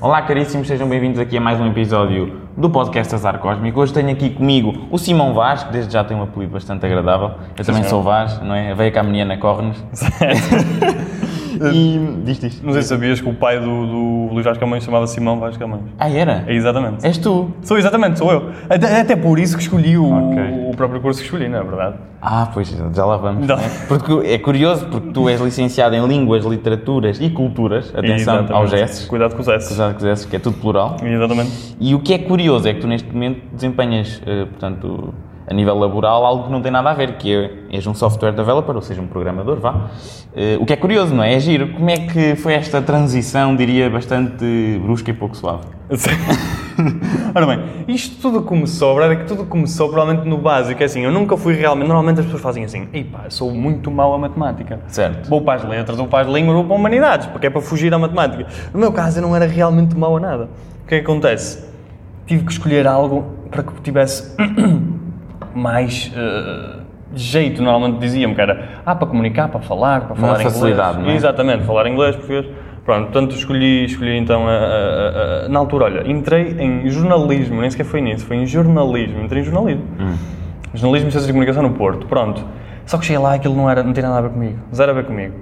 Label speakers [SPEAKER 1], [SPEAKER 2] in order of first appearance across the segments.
[SPEAKER 1] Olá, caríssimos, sejam bem-vindos aqui a mais um episódio do podcast Azar Cósmico. Hoje tenho aqui comigo o Simão Vaz, que desde já tem um apelido bastante agradável. Eu também
[SPEAKER 2] senhor.
[SPEAKER 1] sou Vaz, não é? Veio cá a menina cornes. e diz diz.
[SPEAKER 2] Não sei se sabias que o pai do, do Luís Vaz Camões chamava Simão Vaz Camões.
[SPEAKER 1] Ah,
[SPEAKER 2] É
[SPEAKER 1] era?
[SPEAKER 2] exatamente.
[SPEAKER 1] És tu?
[SPEAKER 2] Sou exatamente, sou eu. Até, é até por isso que escolhi o,
[SPEAKER 1] Ok.
[SPEAKER 2] o próprio curso que escolhi, não é verdade?
[SPEAKER 1] Ah, pois, já lá vamos.
[SPEAKER 2] Não.
[SPEAKER 1] né? Porque é curioso, porque tu és licenciado em Línguas, Literaturas e Culturas. Atenção
[SPEAKER 2] Exatamente.
[SPEAKER 1] aos S.
[SPEAKER 2] Cuidado com os S.
[SPEAKER 1] Já que S, que é tudo plural.
[SPEAKER 2] Exatamente.
[SPEAKER 1] E o que é curioso é que tu neste momento desempenhas, eh, portanto, a nível laboral, algo que não tem nada a ver, que é, és um software developer, ou seja, um programador, vá. Eh, o que é curioso, não é? É giro. Como é que foi esta transição, diria, bastante brusca e pouco suave?
[SPEAKER 2] Ora bem, isto tudo começou, a verdade é que tudo começou provavelmente no básico. É assim, eu nunca fui realmente. Normalmente as pessoas fazem assim: ei pá, sou muito mau a matemática.
[SPEAKER 1] Certo.
[SPEAKER 2] Vou para as letras, vou para as línguas, vou para humanidades, porque é para fugir à matemática. No meu caso, eu não era realmente mau a nada. O que é que acontece? Tive que escolher algo para que tivesse mais eh, jeito, normalmente diziam-me que era ah, para comunicar, para falar, para falar inglês.
[SPEAKER 1] facilidade, não é?
[SPEAKER 2] Exatamente, falar inglês, português. Pronto, portanto escolhi, escolhi então, a- a- a- a- na altura, olha, entrei em jornalismo, nem sequer foi nisso, foi em jornalismo, entrei em jornalismo.
[SPEAKER 1] Hum.
[SPEAKER 2] Jornalismo e Ciências de Comunicação no Porto, pronto. Só que cheguei lá, aquilo não, era, não tinha nada a ver comigo, zero a ver comigo.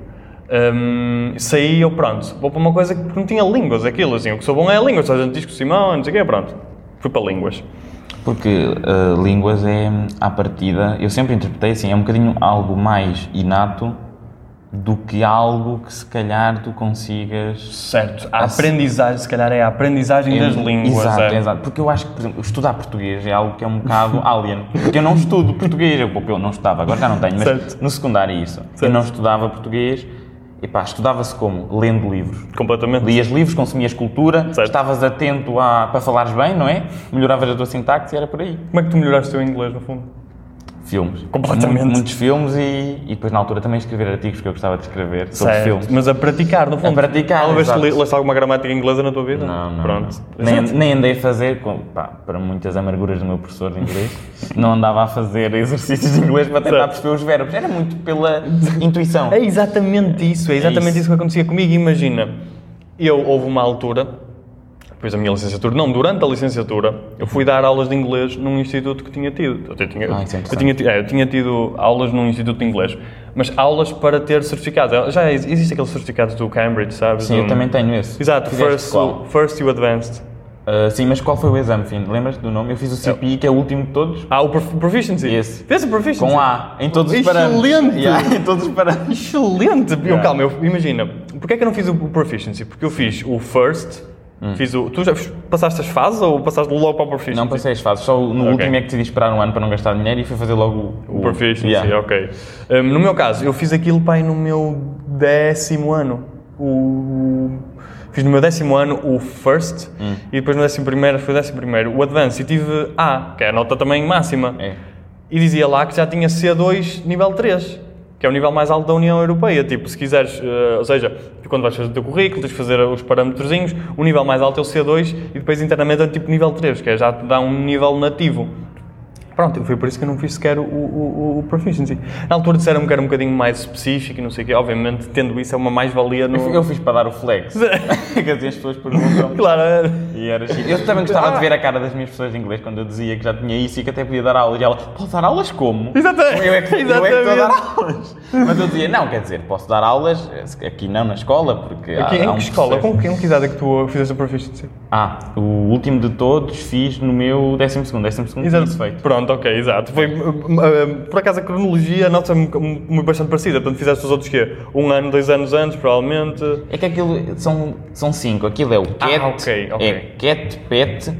[SPEAKER 2] Hum, saí eu, pronto, vou para uma coisa que não tinha línguas, aquilo, assim, o que sou bom é a língua, só a gente diz que o Simão, não sei o quê, pronto. Fui para línguas.
[SPEAKER 1] Porque eh, línguas é, à partida, eu sempre interpretei assim, é um bocadinho algo mais inato do que algo que se calhar tu consigas
[SPEAKER 2] Certo, a aprendizagem, se calhar é a aprendizagem das línguas.
[SPEAKER 1] Exato,
[SPEAKER 2] é.
[SPEAKER 1] exato. Porque eu acho que, por exemplo, estudar português é algo que é um bocado alien. Porque eu não estudo português. Eu, pô, eu não estudava, agora já não tenho, mas
[SPEAKER 2] Certo.
[SPEAKER 1] no secundário é isso. Eu não estudava português. E pá, estudava-se como? Lendo livros.
[SPEAKER 2] Completamente.
[SPEAKER 1] Lias livros, consumias cultura,
[SPEAKER 2] Certo.
[SPEAKER 1] estavas atento a, para falares bem, não é? Melhoravas a tua sintaxe e era por aí.
[SPEAKER 2] Como é que tu melhoraste o teu inglês, no fundo?
[SPEAKER 1] Filmes.
[SPEAKER 2] Completamente.
[SPEAKER 1] Mu- muitos filmes e, e depois na altura também escrever artigos que eu gostava de escrever sobre filmes.
[SPEAKER 2] Mas a praticar, no fundo.
[SPEAKER 1] praticar,
[SPEAKER 2] Talvez
[SPEAKER 1] exato.
[SPEAKER 2] tu li- leste alguma gramática inglesa na tua vida?
[SPEAKER 1] Não, Ah, não.
[SPEAKER 2] Pronto.
[SPEAKER 1] não. Nem, nem andei a fazer, com- pá, para muitas amarguras do meu professor de inglês, não andava a fazer exercícios de inglês para tentar
[SPEAKER 2] Certo.
[SPEAKER 1] perceber os verbos. Era muito pela intuição.
[SPEAKER 2] É exatamente isso, é exatamente
[SPEAKER 1] isso.
[SPEAKER 2] isso. que acontecia comigo. Imagina, eu houve uma altura, depois da minha licenciatura, não, durante a licenciatura, eu fui dar aulas de inglês num instituto que tinha tido. Eu tinha,
[SPEAKER 1] Ah, isso é interessante.
[SPEAKER 2] eu tinha, ti- é, eu tinha tido aulas num instituto de inglês, mas aulas para ter certificados. Já ex- existe aqueles certificados do Cambridge, sabes?
[SPEAKER 1] Sim, eu
[SPEAKER 2] Um-
[SPEAKER 1] também tenho esse.
[SPEAKER 2] Exato,
[SPEAKER 1] Fizeste
[SPEAKER 2] first,
[SPEAKER 1] qual?
[SPEAKER 2] first You Advanced.
[SPEAKER 1] Ah, sim, mas qual foi o exame, fim? Lembras-te do nome? Eu fiz o CPI, que é o último de todos,
[SPEAKER 2] Ah, o prof- Proficiency.
[SPEAKER 1] Esse.
[SPEAKER 2] Fez o Proficiency.
[SPEAKER 1] com A, em todos os parâmetros.
[SPEAKER 2] Excelente!
[SPEAKER 1] Yeah, em todos os parâmetros.
[SPEAKER 2] Excelente! Eu,
[SPEAKER 1] Yeah.
[SPEAKER 2] calma, eu, imagina, porquê é que eu não fiz o Proficiency? Porque eu fiz o First, fiz o... Tu já fiz- passaste as fases ou passaste logo para o Proficiency?
[SPEAKER 1] Hum. Não passei as fases, só no
[SPEAKER 2] Ok.
[SPEAKER 1] último é que decidi esperar um ano para não gastar dinheiro e fui fazer logo
[SPEAKER 2] O Proficiency,
[SPEAKER 1] Yeah.
[SPEAKER 2] ok. Um, no meu caso, eu fiz aquilo, pai, no meu décimo ano. O... Fiz no meu décimo ano o First
[SPEAKER 1] Hum.
[SPEAKER 2] e depois no décimo primeiro, foi o décimo primeiro, o Advanced e tive A, que é a nota também máxima.
[SPEAKER 1] É.
[SPEAKER 2] E dizia lá que já tinha C2 nível 3, que é o nível mais alto da União Europeia. Tipo, se quiseres, eh, ou seja, tu quando vais fazer o teu currículo, tens de fazer os parâmetrozinhos, o nível mais alto é o C2 e depois internamente é tipo nível 3, que é já te dá um nível nativo. Pronto, eu- foi por isso que eu não fiz sequer o, o, o- o Proficiency. Na altura disseram-me que era um bocadinho mais específico e não sei o quê. Obviamente, tendo isso, é uma mais-valia no...
[SPEAKER 1] Eu fiz para dar o flex. que assim as pessoas perguntam.
[SPEAKER 2] Claro, é-
[SPEAKER 1] E era chique. Eu também gostava
[SPEAKER 2] Ah!
[SPEAKER 1] de ver a cara das minhas pessoas de inglês quando eu dizia que já tinha isso e que até podia dar aulas. E ela, posso dar aulas como?
[SPEAKER 2] Exatamente.
[SPEAKER 1] Eu é que, eu é que estou a dar
[SPEAKER 2] Exatamente.
[SPEAKER 1] aulas. Mas eu dizia, não, quer dizer, posso dar aulas eh, aqui não, na escola, porque há,
[SPEAKER 2] Aqui,
[SPEAKER 1] há
[SPEAKER 2] em
[SPEAKER 1] um
[SPEAKER 2] que escola?
[SPEAKER 1] processo.
[SPEAKER 2] Com que, em que idade é que tu fizeste o Proficiency?
[SPEAKER 1] Ah, o último de todos fiz no meu 12 segundo, 12 segundo tinha isso feito.
[SPEAKER 2] Pronto, ok, exato. Foi, hum, hum, por acaso, a cronologia nossa é um- um- um bastante parecida. Portanto, fizeste os outros quê? Um ano, dois anos antes, provavelmente.
[SPEAKER 1] É que aquilo, são, são cinco. Aquilo é o CAT,
[SPEAKER 2] Ah, ok, ok.
[SPEAKER 1] é CAT, PET,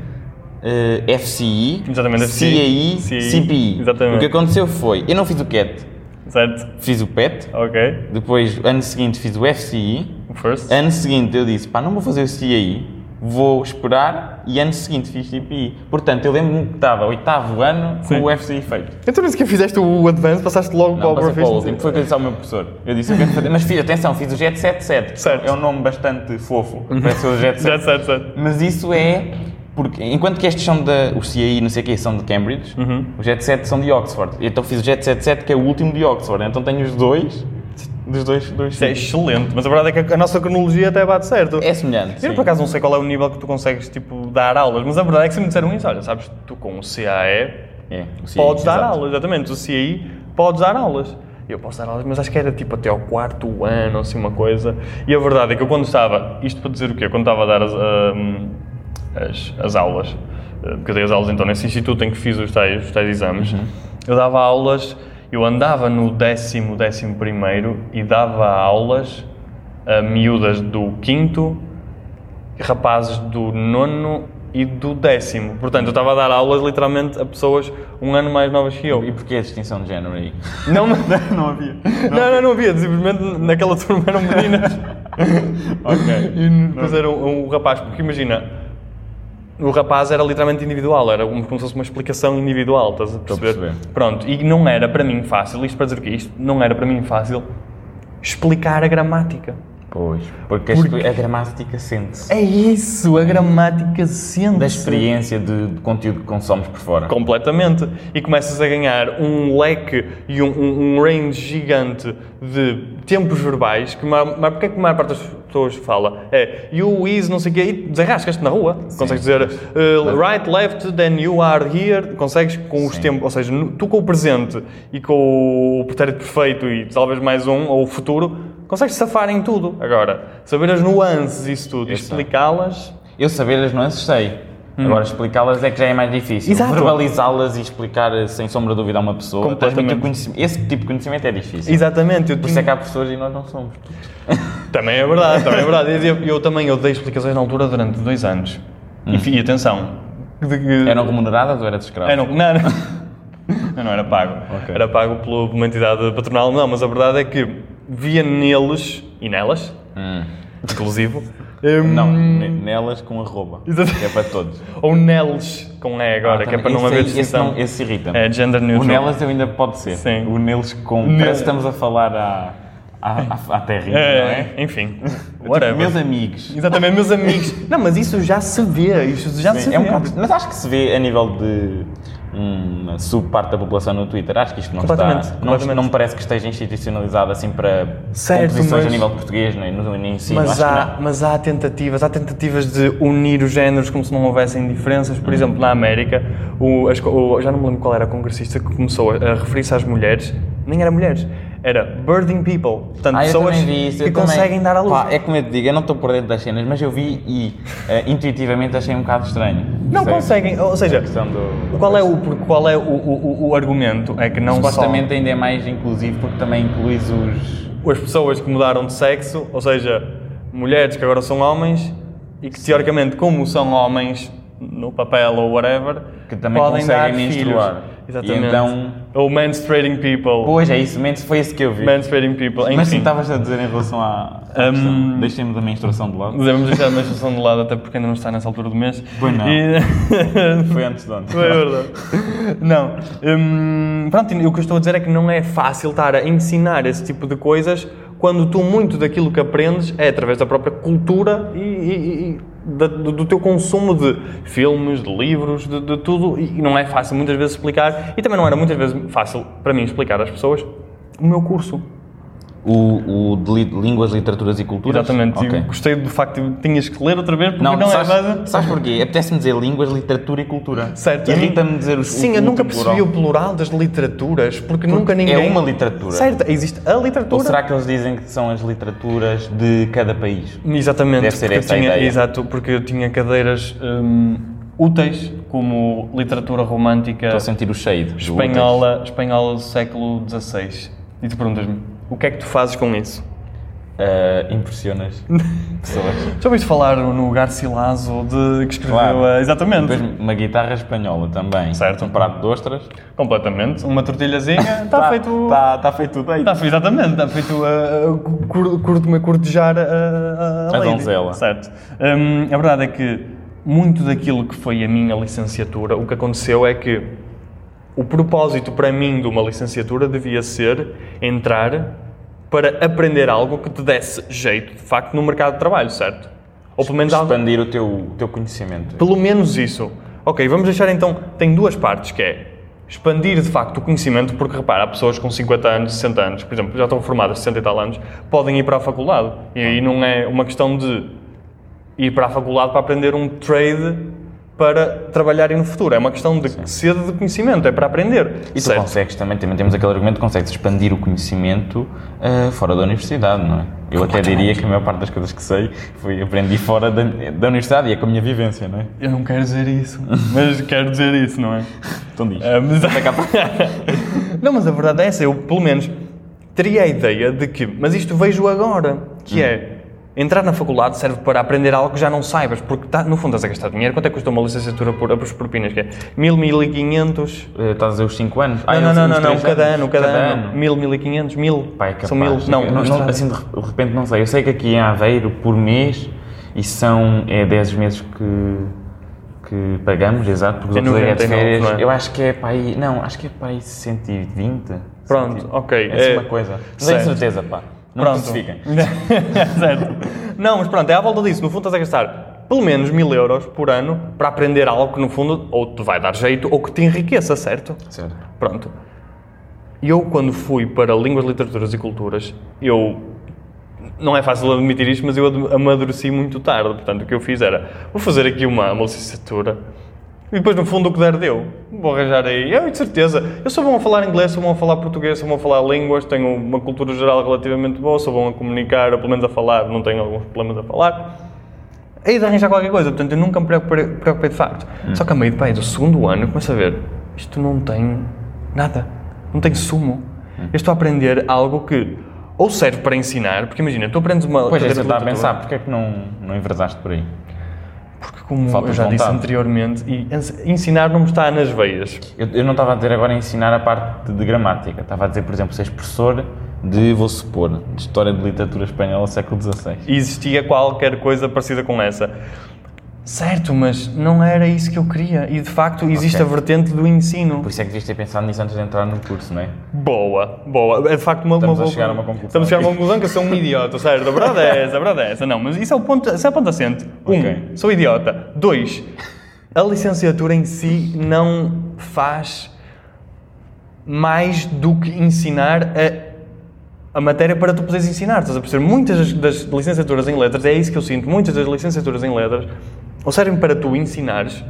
[SPEAKER 1] eh, FCI,
[SPEAKER 2] Exatamente,
[SPEAKER 1] CAI,
[SPEAKER 2] FCI,
[SPEAKER 1] CPI.
[SPEAKER 2] Exatamente.
[SPEAKER 1] O que aconteceu foi, eu não fiz o CAT,
[SPEAKER 2] Certo?
[SPEAKER 1] fiz o PET,
[SPEAKER 2] Ok.
[SPEAKER 1] Depois, ano seguinte, fiz o FCI.
[SPEAKER 2] O First.
[SPEAKER 1] Ano seguinte, eu disse, pá, não vou fazer o CI, vou esperar. E ano seguinte, fiz tipo CPI. Portanto, eu lembro-me que estava oitavo ano com
[SPEAKER 2] Sim.
[SPEAKER 1] o FCI feito.
[SPEAKER 2] Então, nem sequer fizeste o Advanced, passaste logo
[SPEAKER 1] Não,
[SPEAKER 2] para o
[SPEAKER 1] passei para o
[SPEAKER 2] Proficiency.
[SPEAKER 1] último. Foi o que eu disse ao meu professor. Eu disse, eu quero fazer... Mas, fiz, atenção, fiz o Jet 77.
[SPEAKER 2] Certo.
[SPEAKER 1] É
[SPEAKER 2] Uhum.
[SPEAKER 1] um nome bastante fofo. Parece o Jet 77.
[SPEAKER 2] Já, certo, certo.
[SPEAKER 1] Mas isso é Porque enquanto que estes são da. Os CAI, não sei o quê, são de Cambridge,
[SPEAKER 2] Uhum.
[SPEAKER 1] os Jet Set são de Oxford. Então fiz o Jet Set 7, que é o último de Oxford. Então tenho os dois. Dos dois. dois
[SPEAKER 2] Isso é excelente, mas a verdade é que a nossa cronologia até bate certo.
[SPEAKER 1] É semelhante.
[SPEAKER 2] Eu
[SPEAKER 1] sim.
[SPEAKER 2] por acaso não sei qual é o nível que tu consegues tipo, dar aulas, mas a verdade é que se me disseram isso, olha, sabes, tu com o CAE
[SPEAKER 1] É, o CAI,
[SPEAKER 2] podes dar
[SPEAKER 1] exato.
[SPEAKER 2] aulas, exatamente, o CAI podes dar aulas. Eu posso dar aulas, mas acho que era tipo até ao quarto ano, assim uma coisa. E a verdade é que eu quando estava, isto para dizer o quê? Quando estava a dar as, ahm, as, as aulas, eh, porque eu dei as aulas então nesse instituto em que fiz os tais, os tais exames, eu dava aulas, eu andava no décimo, décimo primeiro e dava aulas a miúdas do quinto rapazes do nono e do décimo. Portanto, eu estava a dar aulas literalmente a pessoas um ano mais novas que eu.
[SPEAKER 1] E porquê a distinção de género aí?
[SPEAKER 2] Não, não,
[SPEAKER 1] não havia.
[SPEAKER 2] não, não havia. Simplesmente naquela turma eram meninas
[SPEAKER 1] ok.
[SPEAKER 2] e depois era um, um rapaz. Porque imagina, o rapaz era literalmente individual, era um- como se fosse uma explicação individual, estás a
[SPEAKER 1] a
[SPEAKER 2] perceber?
[SPEAKER 1] perceber.
[SPEAKER 2] Pronto, e não era para mim fácil, isto para dizer o quê? Isto não era para mim fácil explicar a gramática.
[SPEAKER 1] Pois. Porque, isto- a gramática sente-se.
[SPEAKER 2] É isso, a gramática sente
[SPEAKER 1] Da experiência de, de conteúdo que consomos por fora.
[SPEAKER 2] Completamente. E começas a ganhar um leque e um, um- um range gigante de tempos verbais que ma- ma- porque é que a maior parte das pessoas fala? É you is, não sei o quê, e desenrascas-te na rua. consegues dizer uh, right, left, then you are here. Consegues com os
[SPEAKER 1] Sim.
[SPEAKER 2] tempos, ou seja, no- tu com o presente e com o pretérito perfeito e talvez mais um, ou o futuro, consegues safar em tudo. Agora, saber as nuances e isso tudo, e
[SPEAKER 1] Isso.
[SPEAKER 2] explicá-las.
[SPEAKER 1] Eu saber as nuances sei. Agora, explicá-las é que já é mais difícil.
[SPEAKER 2] Hum. Exato.
[SPEAKER 1] Verbalizá-las e explicar, eh, sem sombra de dúvida, a uma pessoa.
[SPEAKER 2] Completamente.
[SPEAKER 1] transmitir conhecimento- Esse tipo de conhecimento é difícil.
[SPEAKER 2] Exatamente, eu
[SPEAKER 1] Por isso é que há pessoas e nós não somos.
[SPEAKER 2] Também é verdade, também é verdade. Eu, eu também eu dei explicações na altura durante dois anos. E, fi- e atenção. de que-
[SPEAKER 1] Eram remuneradas ou eras escravo?
[SPEAKER 2] eram- não, não. Eu não era pago.
[SPEAKER 1] Ok.
[SPEAKER 2] Era pago pelo- por uma entidade patronal, não, mas a verdade é que via neles e nelas, inclusive, hum,
[SPEAKER 1] Não, ne- nelas com arroba.
[SPEAKER 2] Exato.
[SPEAKER 1] Que é para todos.
[SPEAKER 2] ou neles com E agora,
[SPEAKER 1] Ah,
[SPEAKER 2] que é
[SPEAKER 1] também-
[SPEAKER 2] para não
[SPEAKER 1] esse
[SPEAKER 2] haver
[SPEAKER 1] aí- esse,
[SPEAKER 2] distinção.
[SPEAKER 1] não- esse irrita-me.
[SPEAKER 2] É gender
[SPEAKER 1] O
[SPEAKER 2] neutral.
[SPEAKER 1] nelas eu ainda pode ser.
[SPEAKER 2] Sim.
[SPEAKER 1] O neles com.
[SPEAKER 2] Ne-
[SPEAKER 1] Parece que estamos a falar à, à, à, à terrinha, não é?
[SPEAKER 2] É, enfim. Whatever.
[SPEAKER 1] Tipo, meus amigos.
[SPEAKER 2] Exatamente, meus amigos. Não, mas isso já se vê, isso já se
[SPEAKER 1] é um
[SPEAKER 2] vê.
[SPEAKER 1] bocado- mas acho que se vê a nível de uma subparte da população no Twitter. Acho que isto não
[SPEAKER 2] Completamente,
[SPEAKER 1] está. não-
[SPEAKER 2] completamente.
[SPEAKER 1] Não, me parece que esteja institucionalizado assim para
[SPEAKER 2] Certo,
[SPEAKER 1] composições
[SPEAKER 2] mas-
[SPEAKER 1] a nível português, nem no no ensino.
[SPEAKER 2] mas,
[SPEAKER 1] acho que
[SPEAKER 2] há,
[SPEAKER 1] não.
[SPEAKER 2] mas há tentativas, há tentativas de unir os géneros como se não houvessem diferenças. Por exemplo, na América, o, as co- o- já não me lembro qual era a congressista que começou a, a referir-se às mulheres, nem era mulheres, era birthing people. Portanto,
[SPEAKER 1] Ah, eu
[SPEAKER 2] pessoas
[SPEAKER 1] também vi isso, eu
[SPEAKER 2] que
[SPEAKER 1] também.
[SPEAKER 2] conseguem dar à luz.
[SPEAKER 1] Pá, é como eu te digo, eu não estou por dentro das cenas, mas eu vi e eh, intuitivamente achei um bocado estranho.
[SPEAKER 2] não
[SPEAKER 1] Percebes?
[SPEAKER 2] conseguem, ou seja,
[SPEAKER 1] A questão do-
[SPEAKER 2] qual é, o, porque qual é o, o- o- o argumento? É que não
[SPEAKER 1] Supostamente ainda é mais inclusivo porque também incluís os.
[SPEAKER 2] só as pessoas que mudaram de sexo, ou seja, mulheres que agora são homens e que teoricamente, como são homens no papel ou whatever,
[SPEAKER 1] Que também
[SPEAKER 2] podem
[SPEAKER 1] conseguem
[SPEAKER 2] dar
[SPEAKER 1] menstruar.
[SPEAKER 2] filhos.
[SPEAKER 1] E
[SPEAKER 2] Exatamente.
[SPEAKER 1] então-
[SPEAKER 2] Ou menstruating people.
[SPEAKER 1] Pois é isso, menos foi isso que eu vi.
[SPEAKER 2] Menstruating people. Enfim,
[SPEAKER 1] Mas tá- tu estavas a dizer em relação à. à
[SPEAKER 2] Hum.
[SPEAKER 1] questão. Deixem-me da menstruação de lado.
[SPEAKER 2] devemos deixar a menstruação de lado até porque ainda não está nessa altura do mês.
[SPEAKER 1] Pois não.
[SPEAKER 2] E-
[SPEAKER 1] Foi antes de ontem.
[SPEAKER 2] Não é verdade. Não. Hum, pronto, e o que eu estou a dizer é que não é fácil estar a ensinar esse tipo de coisas quando tu muito daquilo que aprendes é através da própria cultura e, e- e- da- do, do teu consumo de filmes, de livros, de, de tudo. E não é fácil muitas vezes explicar. E também não era muitas vezes fácil para mim explicar às pessoas o meu curso.
[SPEAKER 1] O, o de li- Línguas, Literaturas e Culturas?
[SPEAKER 2] Exatamente. E
[SPEAKER 1] Ok.
[SPEAKER 2] Gostei do facto de tinhas que ler outra vez porque não,
[SPEAKER 1] Não,
[SPEAKER 2] é
[SPEAKER 1] sabes,
[SPEAKER 2] fácil.
[SPEAKER 1] sabes porquê? Apetece-me dizer Línguas, Literatura e Cultura.
[SPEAKER 2] Certo.
[SPEAKER 1] Irrita-me dizer os
[SPEAKER 2] Sim,
[SPEAKER 1] o-
[SPEAKER 2] eu
[SPEAKER 1] o
[SPEAKER 2] nunca
[SPEAKER 1] último
[SPEAKER 2] percebi
[SPEAKER 1] plural. é
[SPEAKER 2] o plural das literaturas, porque, nunca ninguém.
[SPEAKER 1] uma literatura.
[SPEAKER 2] Certo, existe a
[SPEAKER 1] Ou
[SPEAKER 2] literatura.
[SPEAKER 1] será que eles dizem que são as literaturas de cada país?
[SPEAKER 2] Exatamente,
[SPEAKER 1] Deve ser
[SPEAKER 2] porque eu
[SPEAKER 1] essa a
[SPEAKER 2] tinha,
[SPEAKER 1] ideia.
[SPEAKER 2] Exato, porque eu tinha cadeiras hum, úteis, como literatura romântica
[SPEAKER 1] Estou a sentir o shade. dos úteis.
[SPEAKER 2] espanhola, espanhola do século XVI. E tu perguntas-me, o que é que tu fazes com isso?
[SPEAKER 1] Ah, impressionas pessoas.
[SPEAKER 2] Já ouviste falar no Garcilaso de, que escreveu
[SPEAKER 1] Claro.
[SPEAKER 2] a- É, Exatamente.
[SPEAKER 1] Depois uma guitarra espanhola também.
[SPEAKER 2] Certo.
[SPEAKER 1] Um prato de ostras.
[SPEAKER 2] Completamente. Uma tortilhazinha, está feito.
[SPEAKER 1] Está tá feito o date.
[SPEAKER 2] Está feito, exatamente, está feito uh, uh, cur- cur- cortejar a, a,
[SPEAKER 1] A
[SPEAKER 2] lady.
[SPEAKER 1] donzela.
[SPEAKER 2] Certo. Hum, a verdade é que muito daquilo que foi a minha licenciatura, o que aconteceu é que o propósito para mim de uma licenciatura devia ser entrar para aprender algo que te desse jeito, de facto, no mercado de trabalho, certo? Ou pelo menos, há-
[SPEAKER 1] Expandir o teu, o teu conhecimento.
[SPEAKER 2] pelo menos isso. Ok, vamos deixar então. Tem duas partes que é expandir de facto o conhecimento, porque repara, há pessoas com 50 anos, 60 anos, por exemplo, já estão formadas 60 e tal anos, podem ir para a faculdade. E aí não é uma questão de ir para a faculdade para aprender um trade para trabalharem no futuro. É uma questão de sede de conhecimento, é para aprender.
[SPEAKER 1] E tu consegues também, também temos aquele argumento, consegues expandir o conhecimento ah, fora da universidade, não é? Eu até diria que a maior parte das coisas que sei foi aprendi fora da, da universidade e é com a minha vivência, não é?
[SPEAKER 2] Eu não quero dizer isso, mas quero dizer isso, não é?
[SPEAKER 1] Então diz.
[SPEAKER 2] Ah, mas- não, mas a verdade é essa. Eu, pelo menos, teria a ideia de que... Mas isto vejo agora, que é... Entrar na faculdade serve para aprender algo que já não saibas, porque tá- no fundo estás a gastar dinheiro. Quanto é que custa uma licenciatura por, por propinas? Que é mil, mil e quinhentos...
[SPEAKER 1] Eh, Estás a dizer os 5 anos? Ah,
[SPEAKER 2] não,
[SPEAKER 1] eu-
[SPEAKER 2] não,
[SPEAKER 1] os
[SPEAKER 2] não, não, um
[SPEAKER 1] três
[SPEAKER 2] cada
[SPEAKER 1] anos.
[SPEAKER 2] ano, cada, ano. Mil, mil e quinhentos, mil.
[SPEAKER 1] Pá, é capaz.
[SPEAKER 2] São mil, não,
[SPEAKER 1] Eu não-
[SPEAKER 2] não,
[SPEAKER 1] assim de re- de repente não sei. Eu sei que aqui em Aveiro, por mês, e são é 10 meses que, que pagamos, exato, porque os
[SPEAKER 2] É
[SPEAKER 1] outros é de
[SPEAKER 2] 99,
[SPEAKER 1] férias.
[SPEAKER 2] não é?
[SPEAKER 1] Eu acho que é para aí, não, acho que é para aí 120.
[SPEAKER 2] Pronto,
[SPEAKER 1] 100.
[SPEAKER 2] ok,
[SPEAKER 1] É assim
[SPEAKER 2] é-
[SPEAKER 1] uma coisa. Não
[SPEAKER 2] certo.
[SPEAKER 1] tenho certeza, pá. Não
[SPEAKER 2] Pronto.
[SPEAKER 1] especificam.
[SPEAKER 2] certo. Não, mas pronto, é à volta disso. No fundo estás a gastar pelo menos mil euros por ano para aprender algo que no fundo ou te vai dar jeito ou que te enriqueça, certo?
[SPEAKER 1] Certo.
[SPEAKER 2] Pronto. Eu quando fui para Línguas, Literaturas e Culturas, eu... Não é fácil admitir isto, mas eu ad- amadureci muito tarde. Portanto, o que eu fiz era, vou fazer aqui uma, uma licenciatura e depois no fundo o que der deu. Vou arranjar aí. Eu, de certeza, eu sou bom a falar inglês, sou bom a falar português, sou bom a falar línguas, tenho uma cultura geral relativamente boa, sou bom a comunicar, ou pelo menos a falar, não tenho alguns problemas a falar hei de arranjar qualquer coisa, portanto eu nunca me preocupei, preocupei de facto.
[SPEAKER 1] Hum.
[SPEAKER 2] Só que a meio de pai do segundo ano eu começo a ver, isto não tem nada, não tem sumo.
[SPEAKER 1] Hum.
[SPEAKER 2] Eu estou a aprender algo que ou serve para ensinar, porque imagina, tu aprendes uma...
[SPEAKER 1] Pois é,
[SPEAKER 2] cadeira
[SPEAKER 1] isso eu
[SPEAKER 2] de
[SPEAKER 1] estava a pensar,
[SPEAKER 2] literatura,
[SPEAKER 1] porque é que não, não enverdaste por aí?
[SPEAKER 2] Porque como
[SPEAKER 1] Falta
[SPEAKER 2] eu
[SPEAKER 1] de
[SPEAKER 2] já disse
[SPEAKER 1] vontade.
[SPEAKER 2] anteriormente, e ens- ensinar não me está nas veias.
[SPEAKER 1] Eu, eu não estava a dizer agora ensinar a parte de, de gramática. Estava a dizer, por exemplo, seres professor de, vou supor, de História de Literatura Espanhola, século XVI.
[SPEAKER 2] E existia qualquer coisa parecida com essa. Certo, mas não era isso que eu queria. E de facto existe
[SPEAKER 1] Ok.
[SPEAKER 2] a vertente do ensino.
[SPEAKER 1] Por isso é que devias ter pensado nisso antes de entrar no curso, não é?
[SPEAKER 2] Boa, boa. É de facto uma,
[SPEAKER 1] Estamos
[SPEAKER 2] uma
[SPEAKER 1] a
[SPEAKER 2] boa-
[SPEAKER 1] chegar a uma conclusão
[SPEAKER 2] Estamos a chegar a uma
[SPEAKER 1] aqui.
[SPEAKER 2] conclusão que eu sou um idiota, sério. A verdade é essa, a verdade é essa. Não, mas isso é o ponto, isso é o ponto assente. Um,
[SPEAKER 1] Ok.
[SPEAKER 2] sou idiota. Dois, a licenciatura em si não faz mais do que ensinar a, a matéria para tu poderes ensinar. Estás a perceber? Muitas das, das licenciaturas em letras, é isso que eu sinto, muitas das licenciaturas em letras ou servem para tu ensinares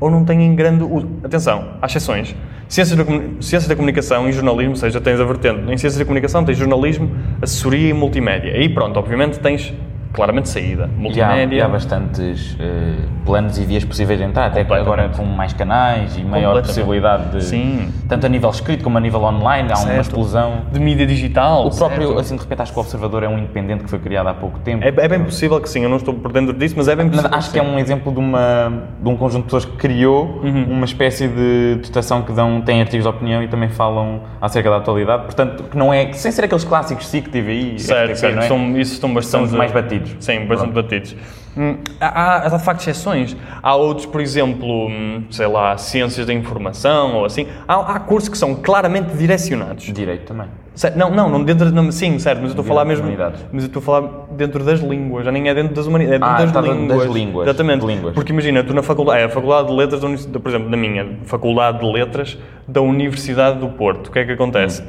[SPEAKER 2] ou não têm grande uso. Atenção, há exceções. Ciências da, comu- ciências da comunicação e jornalismo, ou seja, tens a vertente. Em ciências da comunicação tens jornalismo, assessoria e multimédia. Aí pronto, obviamente tens claramente saída.
[SPEAKER 1] E há,
[SPEAKER 2] Multimédia.
[SPEAKER 1] e há bastantes eh, planos e vias possíveis de entrar, até que agora
[SPEAKER 2] Completamente.
[SPEAKER 1] com mais canais e maior
[SPEAKER 2] Completamente.
[SPEAKER 1] possibilidade de.
[SPEAKER 2] Sim.
[SPEAKER 1] Tanto a nível escrito como a nível online, há uma
[SPEAKER 2] Certo.
[SPEAKER 1] explosão.
[SPEAKER 2] de mídia digital.
[SPEAKER 1] O próprio,
[SPEAKER 2] certo?
[SPEAKER 1] assim, de repente, acho que o Observador é um independente que foi criado há pouco tempo.
[SPEAKER 2] É, é bem possível que sim, eu não estou por dentro disso, mas é bem
[SPEAKER 1] Mas
[SPEAKER 2] possível.
[SPEAKER 1] acho que é um exemplo de, uma, de um conjunto de pessoas que criou
[SPEAKER 2] Uhum.
[SPEAKER 1] uma espécie de estação que dão, têm artigos de opinião e também falam acerca da atualidade. Portanto, que não é, sem ser aqueles clássicos SIC, TVI,
[SPEAKER 2] Certo,
[SPEAKER 1] RTP,
[SPEAKER 2] certo.
[SPEAKER 1] não é?
[SPEAKER 2] São, isso estão bastante.
[SPEAKER 1] São os mais batidos.
[SPEAKER 2] Sim, bastante batidos. Hum, Há, há, de facto exceções. Há outros, por exemplo, hum, sei lá, ciências da informação ou assim. Há, há cursos que são claramente direcionados.
[SPEAKER 1] Direito também.
[SPEAKER 2] Certo, Não, não, não dentro. Não, sim, certo, mas eu
[SPEAKER 1] Dentro
[SPEAKER 2] estou a falar
[SPEAKER 1] das
[SPEAKER 2] mesmo.
[SPEAKER 1] humanidades.
[SPEAKER 2] Mas eu estou a falar dentro das línguas, já nem é dentro das humanidades, é
[SPEAKER 1] Ah,
[SPEAKER 2] dentro
[SPEAKER 1] está
[SPEAKER 2] das,
[SPEAKER 1] dentro
[SPEAKER 2] línguas.
[SPEAKER 1] das línguas, de
[SPEAKER 2] Exatamente.
[SPEAKER 1] línguas.
[SPEAKER 2] Porque imagina, tu na faculdade, é, a faculdade de letras, da Unis- da- por exemplo, na minha, faculdade de letras da Universidade do Porto, o que é que acontece?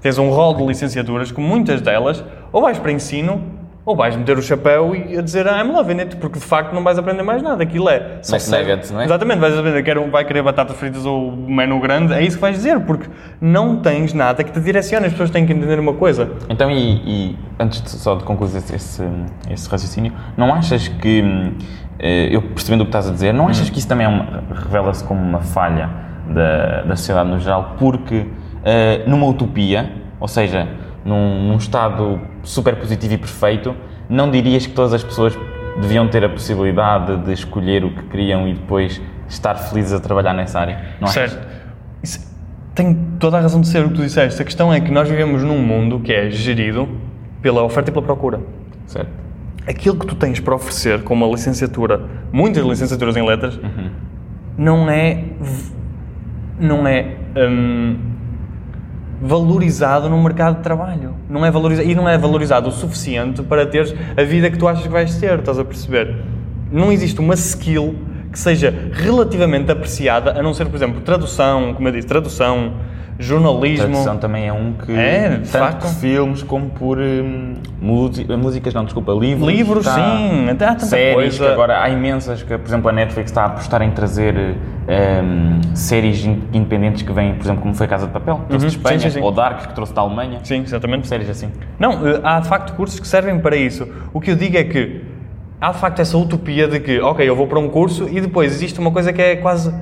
[SPEAKER 2] Tens um rol de licenciaturas que muitas delas, ou vais para ensino, ou vais meter o chapéu e a dizer "Ah, I'm loving it, porque de facto não vais aprender mais nada, aquilo é... só serve-
[SPEAKER 1] McNuggets, não é?
[SPEAKER 2] Exatamente, vais aprender, quero, vai querer batatas fritas ou menu grande, é isso que vais dizer, porque não tens nada que te direcione, as pessoas têm que entender uma coisa.
[SPEAKER 1] Então, e, e antes de- só de concluir esse, esse, esse raciocínio, não achas que, hum, eh, eu percebendo o que estás a dizer, não achas que isso também é uma- revela-se como uma falha da, da sociedade no geral? Porque eh, numa utopia, ou seja, num, num estado super positivo e perfeito, não dirias que todas as pessoas deviam ter a possibilidade de escolher o que queriam e depois estar felizes a trabalhar nessa área? Não achas?
[SPEAKER 2] Certo. Isso tem toda a razão de ser o que tu disseste. A questão é que nós vivemos num mundo que é gerido pela oferta e pela procura.
[SPEAKER 1] Certo.
[SPEAKER 2] Aquilo que tu tens para oferecer com uma licenciatura, muitas licenciaturas em letras, não é. v- não é. hum, valorizado no mercado de trabalho. Não é valorizado, e não é valorizado o suficiente para teres a vida que tu achas que vais ter, estás a perceber? Não existe uma skill que seja relativamente apreciada, a não ser, por exemplo, tradução, como eu disse, tradução, jornalismo.
[SPEAKER 1] Tradução também é um que.
[SPEAKER 2] É, de
[SPEAKER 1] tanto
[SPEAKER 2] facto.
[SPEAKER 1] por filmes como por hum, musi- músicas, não, desculpa, livros.
[SPEAKER 2] Livros,
[SPEAKER 1] tá?
[SPEAKER 2] sim, até há tanta
[SPEAKER 1] séries
[SPEAKER 2] coisa.
[SPEAKER 1] que agora há imensas que, por exemplo, a Netflix está a apostar em trazer eh, hum, séries in- independentes que vêm, por exemplo, como foi Casa de Papel, que trouxe de
[SPEAKER 2] Uhum,
[SPEAKER 1] Espanha,
[SPEAKER 2] sim, sim, sim.
[SPEAKER 1] ou Dark, que trouxe da Alemanha.
[SPEAKER 2] Sim, exatamente.
[SPEAKER 1] Séries assim.
[SPEAKER 2] Não, eh, há de facto cursos que servem para isso. O que eu digo é que há de facto essa utopia de que, ok, eu vou para um curso e depois existe uma coisa que é quase.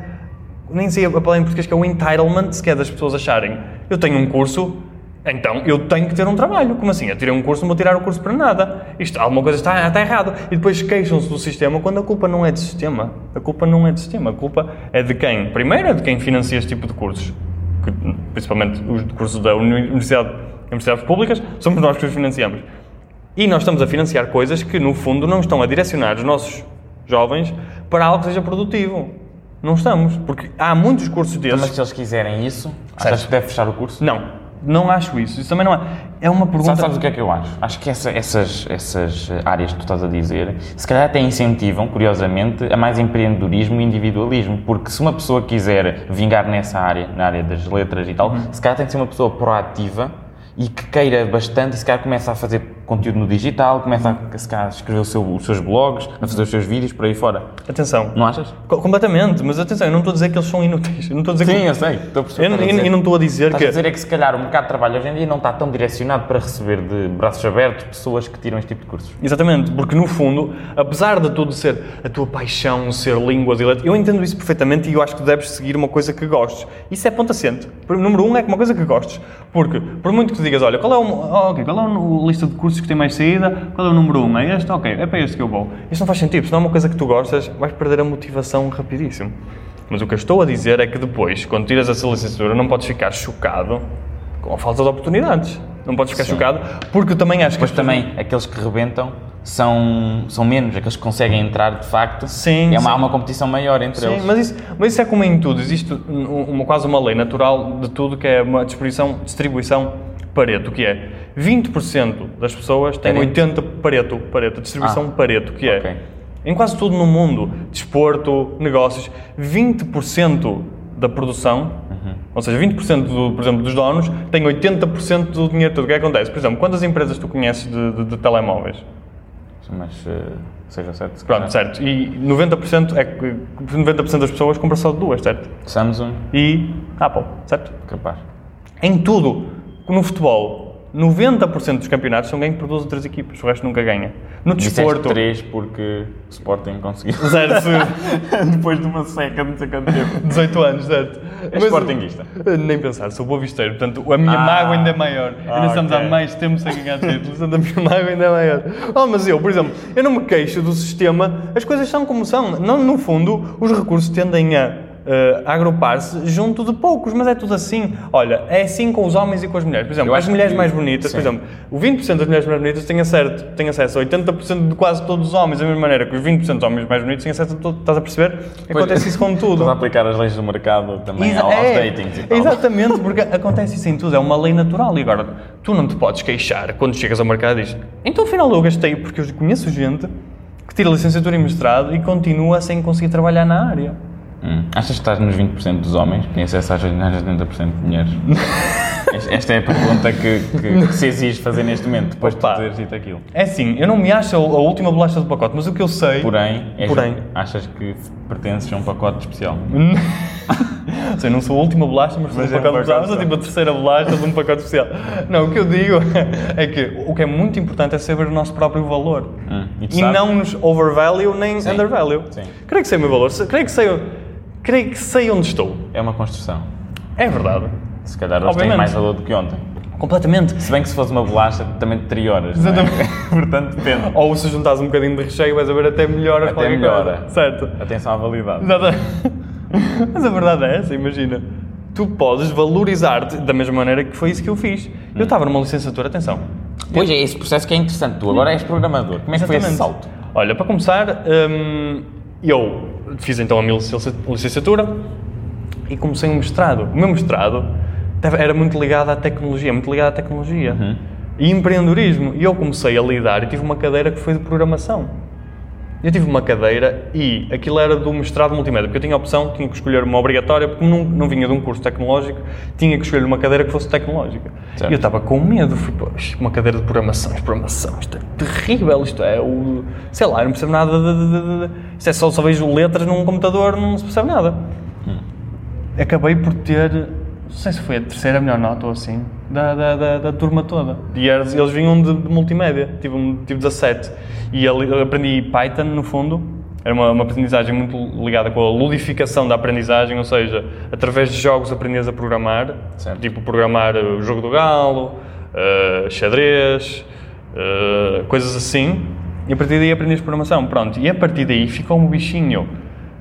[SPEAKER 2] Nem sei a palavra em português, que é o entitlement, que é das pessoas acharem. Eu tenho um curso, então eu tenho que ter um trabalho. Como assim? Eu tirei um curso, não vou tirar o curso para nada. Isto, alguma coisa está, está errado. E depois queixam-se do sistema quando a culpa não é do sistema. A culpa não é do sistema. A culpa é de quem? Primeiro é de quem financia este tipo de cursos que, principalmente os de cursos da uni- universidade, universidades públicas, somos nós que os financiamos. E nós estamos a financiar coisas que, no fundo, não estão a direcionar os nossos jovens para algo que seja produtivo. Não estamos, porque há muitos cursos
[SPEAKER 1] Então, mas
[SPEAKER 2] desses.
[SPEAKER 1] se eles quiserem isso,
[SPEAKER 2] Certo.
[SPEAKER 1] achas que deve fechar o curso?
[SPEAKER 2] Não, não acho isso. Isso também não é. É uma pergunta.
[SPEAKER 1] Sabe- sabes o que é que eu acho? Acho que essa- essas, essas eh, áreas que tu estás a dizer, se calhar até incentivam, curiosamente, a mais empreendedorismo e individualismo, porque se uma pessoa quiser vingar nessa área, na área das letras e tal, se calhar tem que ser uma pessoa proativa e que queira bastante, e se calhar começa a fazer conteúdo no digital, começa a, se calhar, a escrever o seu- os seus blogs, a fazer os seus vídeos por aí fora.
[SPEAKER 2] Atenção.
[SPEAKER 1] Não achas?
[SPEAKER 2] Co- Completamente, mas atenção, eu não estou a dizer que eles são inúteis. Eu não estou a dizer
[SPEAKER 1] Sim,
[SPEAKER 2] que.
[SPEAKER 1] eu sei. Estou a
[SPEAKER 2] Eu,
[SPEAKER 1] perceber o
[SPEAKER 2] eu,
[SPEAKER 1] que estás a
[SPEAKER 2] eu não estou a dizer
[SPEAKER 1] Estás
[SPEAKER 2] que.
[SPEAKER 1] a dizer é que se calhar o mercado de trabalho hoje em dia não está tão direcionado para receber de braços abertos pessoas que tiram este tipo de cursos.
[SPEAKER 2] Exatamente, porque no fundo, apesar de tudo ser a tua paixão, ser línguas e letras, eu entendo isso perfeitamente e eu acho que deves seguir uma coisa que gostes. Isso é ponto assente. Número um é que uma coisa que gostes. Porque, por muito que tu digas, olha, qual é, o, ah, ok, qual é o- a lista de cursos que tem mais saída, qual é o número um? É este? Ok, é para este que eu vou. Isso não faz sentido. Se não é uma coisa que tu gostas, vais perder a motivação rapidíssimo. Mas o que eu estou a dizer é que depois, quando tiras essa licenciatura, não podes ficar chocado com a falta de oportunidades. Não podes ficar
[SPEAKER 1] Sim.
[SPEAKER 2] chocado, porque eu também acho que... as
[SPEAKER 1] Mas
[SPEAKER 2] pessoas-
[SPEAKER 1] também aqueles que rebentam são, são menos, aqueles que conseguem entrar de facto.
[SPEAKER 2] Sim,
[SPEAKER 1] É uma,
[SPEAKER 2] sim.
[SPEAKER 1] há uma competição maior entre
[SPEAKER 2] Sim,
[SPEAKER 1] eles.
[SPEAKER 2] mas isso, mas isso é como em tudo. Existe um- uma, quase uma lei natural de tudo que é uma distribuição, distribuição pareto, que é 20% das pessoas têm
[SPEAKER 1] Pareto?
[SPEAKER 2] 80 pareto, pareto, distribuição pareto, que é
[SPEAKER 1] Ah, ok.
[SPEAKER 2] em quase tudo no mundo, desporto, negócios, 20% da produção,
[SPEAKER 1] Uhum.
[SPEAKER 2] ou seja, 20% do, por exemplo, dos donos têm 80% do dinheiro todo. O que é que acontece? Por exemplo, quantas empresas tu conheces de, de- de telemóveis?
[SPEAKER 1] Mas eh, seja certo. se
[SPEAKER 2] Pronto,
[SPEAKER 1] calhar.
[SPEAKER 2] certo. E 90%, é, que- 90 das pessoas compram só duas, certo?
[SPEAKER 1] Samsung,
[SPEAKER 2] e Apple, certo?
[SPEAKER 1] um, capaz.
[SPEAKER 2] Em tudo, no futebol, 90% dos campeonatos são ganhos por duas ou três equipas, o resto nunca ganha. No desporto,
[SPEAKER 1] 3 porque Sporting conseguiu.
[SPEAKER 2] zero,
[SPEAKER 1] Depois de uma seca, não sei quanto tempo.
[SPEAKER 2] 18 anos, certo? eh,
[SPEAKER 1] És sportinguista?
[SPEAKER 2] Nem pensar, sou boa visteiro, portanto a minha
[SPEAKER 1] Ah.
[SPEAKER 2] mágoa ainda é maior.
[SPEAKER 1] Ah,
[SPEAKER 2] ainda estamos
[SPEAKER 1] ok.
[SPEAKER 2] há mais tempo sem ganhar títulos, portanto a minha mágoa ainda é maior. Oh, mas eu, por exemplo, eu não me queixo do sistema, as coisas são como são. Não, no fundo, os recursos tendem a eh, agrupar-se junto de poucos, mas é tudo assim. Olha, é assim com os homens e com as mulheres. Por exemplo,
[SPEAKER 1] Eu
[SPEAKER 2] as
[SPEAKER 1] acho
[SPEAKER 2] mulheres
[SPEAKER 1] que-
[SPEAKER 2] mais bonitas, por
[SPEAKER 1] sim.
[SPEAKER 2] exemplo, o 20% das mulheres mais bonitas têm acesso, têm acesso a 80% de quase todos os homens, da mesma maneira que os 20% dos homens mais bonitos têm acesso a todo. Estás a perceber? Acontece isso com tudo.
[SPEAKER 1] Estás a aplicar as leis do mercado também
[SPEAKER 2] Exa-
[SPEAKER 1] ao- aos
[SPEAKER 2] é,
[SPEAKER 1] datings e tal.
[SPEAKER 2] Exatamente, porque acontece isso em tudo, é uma lei natural. E agora, tu não te podes queixar quando chegas ao mercado e dizes então afinal eu gastei, porque eu conheço gente que tira licenciatura e mestrado e continua sem conseguir trabalhar na área.
[SPEAKER 1] Hum. Achas que estás nos 20% dos homens? Quem acessa às nas 70% de mulheres? Es- Esta é a pergunta que, que, que se exige fazer neste momento, depois
[SPEAKER 2] Opa.
[SPEAKER 1] de teres dito aquilo.
[SPEAKER 2] É assim, eu não me acho a, a última bolacha do pacote, mas o que eu sei...
[SPEAKER 1] Porém, é és-
[SPEAKER 2] Porém.
[SPEAKER 1] achas que f- pertences a um pacote especial?
[SPEAKER 2] Ou seja, não sou a última bolacha, mas,
[SPEAKER 1] Mas
[SPEAKER 2] sou
[SPEAKER 1] é um
[SPEAKER 2] um pacote especial.
[SPEAKER 1] pacote
[SPEAKER 2] Sou tipo a terceira bolacha de um pacote especial. Não, o que eu digo é que o que é muito importante é saber o nosso próprio valor.
[SPEAKER 1] Hum, e tu
[SPEAKER 2] E
[SPEAKER 1] sabes?
[SPEAKER 2] não nos overvalue nem
[SPEAKER 1] Sim.
[SPEAKER 2] undervalue.
[SPEAKER 1] Sim.
[SPEAKER 2] Creio que sei o meu valor. se- Creio que sei, creio que sei onde estou.
[SPEAKER 1] É uma construção.
[SPEAKER 2] É verdade.
[SPEAKER 1] Se calhar hoje tem
[SPEAKER 2] Obviamente.
[SPEAKER 1] mais valor do que ontem.
[SPEAKER 2] Completamente.
[SPEAKER 1] Se bem que se fosse uma bolacha, também te trioras. não é?
[SPEAKER 2] Exatamente.
[SPEAKER 1] Portanto, depende.
[SPEAKER 2] Ou se juntares um bocadinho de recheio, vais a ver até melhora
[SPEAKER 1] Até é.
[SPEAKER 2] qualquer
[SPEAKER 1] melhora.
[SPEAKER 2] coisa. Certo.
[SPEAKER 1] Atenção à validade.
[SPEAKER 2] Exatamente. Mas a verdade é essa, imagina. Tu podes valorizar-te da mesma maneira que foi isso que eu fiz.
[SPEAKER 1] Hum.
[SPEAKER 2] Eu estava numa licenciatura, atenção,
[SPEAKER 1] Pois é, esse processo que é interessante. Tu agora és programador. Como é que foi esse salto?
[SPEAKER 2] Olha, para começar, hum, eu fiz então a minha licença- licenciatura e comecei um mestrado. O meu mestrado tava- era muito ligado à tecnologia, muito ligado à tecnologia.
[SPEAKER 1] Uhum.
[SPEAKER 2] E empreendedorismo. E eu comecei a lidar e tive uma cadeira que foi de programação. Eu tive uma cadeira e aquilo era do mestrado multimédia, porque eu tinha a opção, tinha que escolher uma obrigatória, porque não, não vinha de um curso tecnológico, tinha que escolher uma cadeira que fosse tecnológica.
[SPEAKER 1] Certo.
[SPEAKER 2] E eu estava com medo, fui, pô, isto é uma cadeira de programação, isto é programação, isto é terrível, isto é o. sei lá, eu não percebo nada, de, de, de, de, isto é só, só vejo letras num computador, não se percebe nada. Acabei por ter, não sei se foi a terceira melhor nota ou assim, da, da, da, da turma toda. E eles, eles vinham de, de multimédia, tive, um- tive 17. E ali eu aprendi Python, no fundo. Era uma, uma aprendizagem muito ligada com a ludificação da aprendizagem, ou seja, através de jogos aprendias a programar.
[SPEAKER 1] Certo.
[SPEAKER 2] Tipo, programar o jogo do galo, eh, xadrez, eh, coisas assim. E a partir daí aprendias programação, pronto. E a partir daí ficou um bichinho.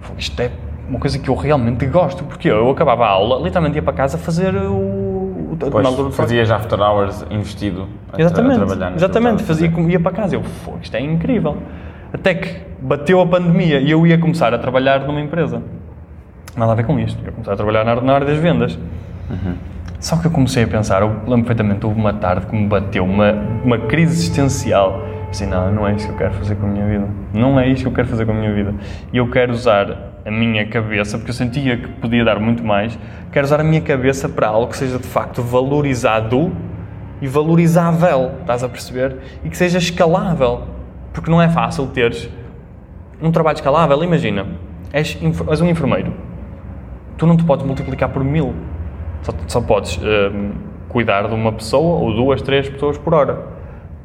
[SPEAKER 2] Pô, Isto é uma coisa que eu realmente gosto, porque eu acabava a aula, literalmente ia para casa fazer o... o na altura do
[SPEAKER 1] Depois fazia já after hours investido a, tra- a
[SPEAKER 2] Exatamente,
[SPEAKER 1] trabalhar. no
[SPEAKER 2] exatamente.
[SPEAKER 1] computador.
[SPEAKER 2] Fazia, como ia para casa, eu, "Fogo, isto é incrível. Até que bateu a pandemia e eu ia começar a trabalhar numa empresa. Nada a ver com isto. Eu ia começar a trabalhar na área, na área das vendas. Só que eu comecei a pensar, eu lembro perfeitamente, houve uma tarde que me bateu uma, uma crise existencial. Pensei, não, não é isso que eu quero fazer com a minha vida. Não é isso que eu quero fazer com a minha vida. E eu quero usar a minha cabeça, porque eu sentia que podia dar muito mais, quero usar a minha cabeça para algo que seja de facto valorizado e valorizável, estás a perceber? E que seja escalável. Porque não é fácil teres um trabalho escalável. Imagina, és, inf- és um enfermeiro. Tu não te podes multiplicar por mil. Só, só podes hum, cuidar de uma pessoa ou duas, três pessoas por hora.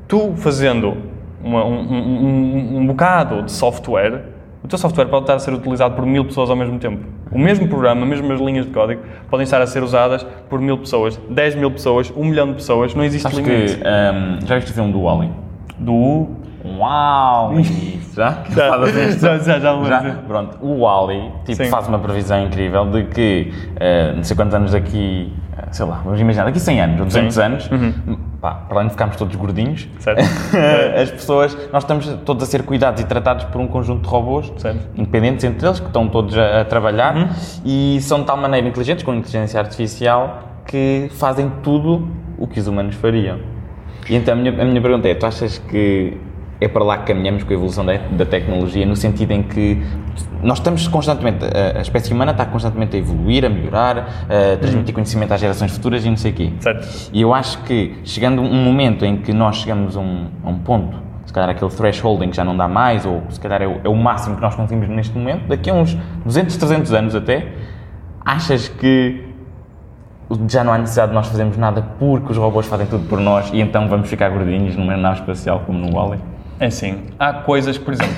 [SPEAKER 2] Tu fazendo uma- um, um, um- um bocado de software, o teu software pode estar a ser utilizado por mil pessoas ao mesmo tempo. O mesmo programa, as mesmas linhas de código podem estar a ser usadas por mil pessoas, dez mil pessoas, um milhão de pessoas. Não existe
[SPEAKER 1] Sabes
[SPEAKER 2] limite.
[SPEAKER 1] que hum, já viste o filme do Wally?
[SPEAKER 2] Do.
[SPEAKER 1] Uau! Já?
[SPEAKER 2] Já,
[SPEAKER 1] Fala deste?
[SPEAKER 2] já, já, já vou dizer.
[SPEAKER 1] Pronto, o Wally tipo,
[SPEAKER 2] Sim.
[SPEAKER 1] faz uma previsão incrível de que eh, não sei quantos anos daqui, eh, sei lá, vamos imaginar, daqui 100 anos ou 200
[SPEAKER 2] Sim. Uhum.
[SPEAKER 1] anos, pá, para além de ficarmos todos gordinhos,
[SPEAKER 2] Certo?
[SPEAKER 1] as pessoas, nós estamos todos a ser cuidados e tratados por um conjunto de robôs
[SPEAKER 2] Certo.
[SPEAKER 1] independentes entre eles, que estão todos a, a trabalhar e são de tal maneira inteligentes com inteligência artificial que fazem tudo o que os humanos fariam. E então a minha, a minha pergunta é: tu achas que é para lá que caminhamos com a evolução da, da tecnologia, no sentido em que nós estamos constantemente, a, a espécie humana está constantemente a evoluir, a melhorar, a transmitir conhecimento às gerações futuras e não sei o quê.
[SPEAKER 2] certo.
[SPEAKER 1] E eu acho que chegando um momento em que nós chegamos a um, a um ponto, se calhar aquele threshold em que já não dá mais, ou se calhar é o, é o máximo que nós conseguimos neste momento, daqui a uns 200, 300 anos até, achas que já não há necessidade de nós fazermos nada porque os robôs fazem tudo por nós e então vamos ficar gordinhos numa nave espacial como no Wally?
[SPEAKER 2] É assim, há coisas, por exemplo,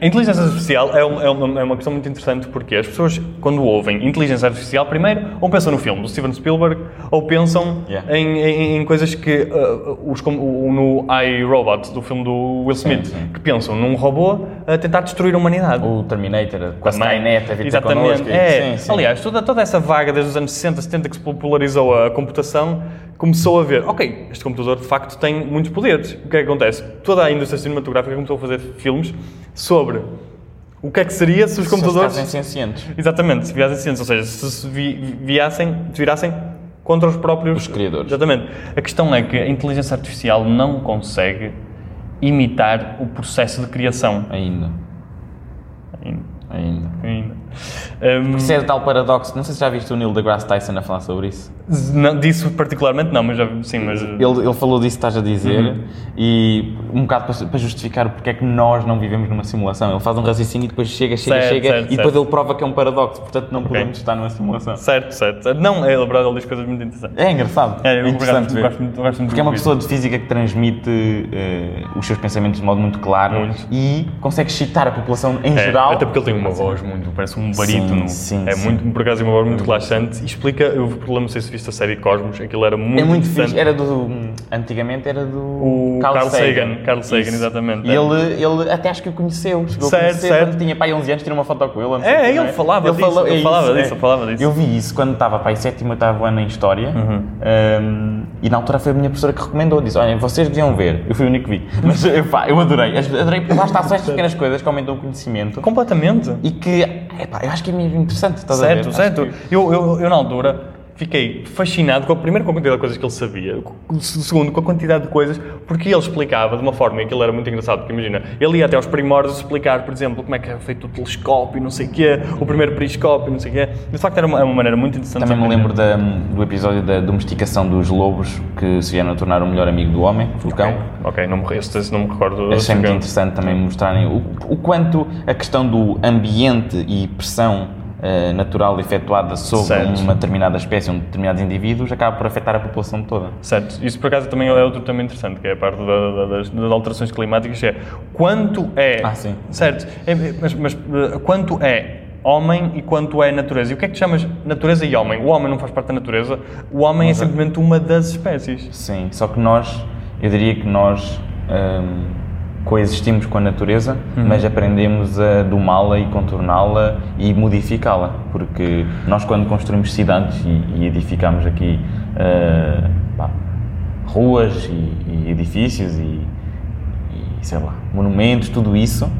[SPEAKER 2] a inteligência artificial é uma, é, uma, é uma questão muito interessante porque as pessoas, quando ouvem inteligência artificial, primeiro, ou pensam no filme do Steven Spielberg, ou pensam
[SPEAKER 1] Yeah.
[SPEAKER 2] em, em- em coisas que, uh, os, como, o- no iRobot, do filme do Will Smith, que pensam num robô a tentar destruir a humanidade.
[SPEAKER 1] O Terminator, com a
[SPEAKER 2] Também.
[SPEAKER 1] Skynet, a vir ter
[SPEAKER 2] Exatamente.
[SPEAKER 1] connosco. e-
[SPEAKER 2] É.
[SPEAKER 1] Sim, sim.
[SPEAKER 2] Aliás, toda, toda essa vaga desde os anos 60, 70 que se popularizou a computação, começou a ver, ok, este computador de facto tem muitos poderes. O que é que acontece? Toda a indústria cinematográfica começou a fazer filmes sobre o que é que seria se os
[SPEAKER 1] Se eles
[SPEAKER 2] computadores...
[SPEAKER 1] ficassem sencientes.
[SPEAKER 2] Exatamente, se viessem cientes, ou seja, se se vi, viessem, se virassem contra os próprios...
[SPEAKER 1] Os criadores.
[SPEAKER 2] Exatamente. A questão é que a inteligência artificial não consegue imitar o processo de criação.
[SPEAKER 1] Ainda, ainda.
[SPEAKER 2] Ainda. Hum,
[SPEAKER 1] Isso é tal paradoxo, não sei se já viste o Neil deGrasse Tyson a falar sobre isso.
[SPEAKER 2] Não, disso particularmente não, mas já sim, mas
[SPEAKER 1] Ele, ele falou disso que estás a dizer
[SPEAKER 2] Uhum.
[SPEAKER 1] e um bocado para, para justificar o porque é que nós não vivemos numa simulação. Ele faz um raciocínio e depois chega, chega,
[SPEAKER 2] Certo,
[SPEAKER 1] chega
[SPEAKER 2] certo,
[SPEAKER 1] e depois
[SPEAKER 2] certo.
[SPEAKER 1] ele prova que é um paradoxo, portanto não podemos estar numa simulação.
[SPEAKER 2] certo, certo. certo. Não, é elaborado, ele diz coisas muito interessantes.
[SPEAKER 1] É engraçado,
[SPEAKER 2] É, eu
[SPEAKER 1] interessante
[SPEAKER 2] gosto,
[SPEAKER 1] ver.
[SPEAKER 2] gosto muito, gosto muito
[SPEAKER 1] porque é uma
[SPEAKER 2] do
[SPEAKER 1] pessoa de física que transmite eh, os seus pensamentos de modo muito claro
[SPEAKER 2] Muito.
[SPEAKER 1] e consegue excitar a população em
[SPEAKER 2] É,
[SPEAKER 1] geral.
[SPEAKER 2] até porque ele tem uma voz muito, parece um barítono.
[SPEAKER 1] sim,
[SPEAKER 2] é
[SPEAKER 1] sim.
[SPEAKER 2] muito, por acaso, é uma voz muito relaxante. E explica, eu lembro, não sei se viste a série Cosmos, aquilo era muito
[SPEAKER 1] É muito
[SPEAKER 2] interessante.
[SPEAKER 1] fixe. é Era do. Antigamente era do.
[SPEAKER 2] O Carl Sagan, Carl Sagan, exatamente. É.
[SPEAKER 1] E ele, ele até acho que o conheceu. Chegou
[SPEAKER 2] Certo,
[SPEAKER 1] a conhecer
[SPEAKER 2] certo.
[SPEAKER 1] quando tinha pai 11 anos, tirou uma foto com ele. não sei
[SPEAKER 2] É,
[SPEAKER 1] o quê,
[SPEAKER 2] ele
[SPEAKER 1] não é?
[SPEAKER 2] falava disso,
[SPEAKER 1] falou-
[SPEAKER 2] ele
[SPEAKER 1] é
[SPEAKER 2] falava
[SPEAKER 1] isso,
[SPEAKER 2] disso, ele falava disso. Uhum.
[SPEAKER 1] Eu vi isso quando estava pai sétimo, oitavo ano em História. Um, e na altura foi a minha professora que recomendou. Disse, olha, vocês deviam ver. Eu fui o único que vi. Mas eu, pá, eu adorei. As- Adorei porque lá está só estas pequenas coisas que aumentam o conhecimento.
[SPEAKER 2] Completamente.
[SPEAKER 1] E que, epá, eu acho que é mesmo interessante. Estás a ver?
[SPEAKER 2] Certo,
[SPEAKER 1] Acho
[SPEAKER 2] certo.
[SPEAKER 1] que-
[SPEAKER 2] Eu, eu, eu, na altura, fiquei fascinado com a primeira com a quantidade de coisas que ele sabia, com- segundo com a quantidade de coisas, porque ele explicava de uma forma, e aquilo era muito engraçado, porque imagina, ele ia até aos primórdios explicar, por exemplo, como é que é feito o telescópio, não sei o quê, o primeiro periscópio, não sei o quê. De facto, era uma, é uma maneira muito interessante.
[SPEAKER 1] Também
[SPEAKER 2] de
[SPEAKER 1] me
[SPEAKER 2] aprender.
[SPEAKER 1] lembro da- do episódio da domesticação dos lobos que se vieram a tornar o melhor amigo do homem, do cão.
[SPEAKER 2] Ok, não me, esse, esse não me recordo.
[SPEAKER 1] Achei muito
[SPEAKER 2] Esse-
[SPEAKER 1] interessante também mostrarem o, o quanto a questão do ambiente e pressão eh, natural efetuada sobre
[SPEAKER 2] Certo.
[SPEAKER 1] uma determinada espécie, um determinados indivíduos, acaba por afetar a população toda.
[SPEAKER 2] Certo, isso por acaso também é outro tema interessante, que é a parte da- da- das, das alterações climáticas, é quanto é.
[SPEAKER 1] Ah, sim.
[SPEAKER 2] Certo, é- é- mas, mas, eh, quanto é homem e quanto é natureza? E o que é que tu chamas natureza e homem? O homem não faz parte da natureza, o homem é simplesmente uma das espécies.
[SPEAKER 1] Sim, só que nós, eu diria que nós hum, coexistimos com a natureza, mas aprendemos a domá-la e contorná-la e modificá-la, porque nós quando construímos cidades e, e edificamos aqui ah, pá, ruas e, e edifícios e, e, sei lá, monumentos, tudo isso,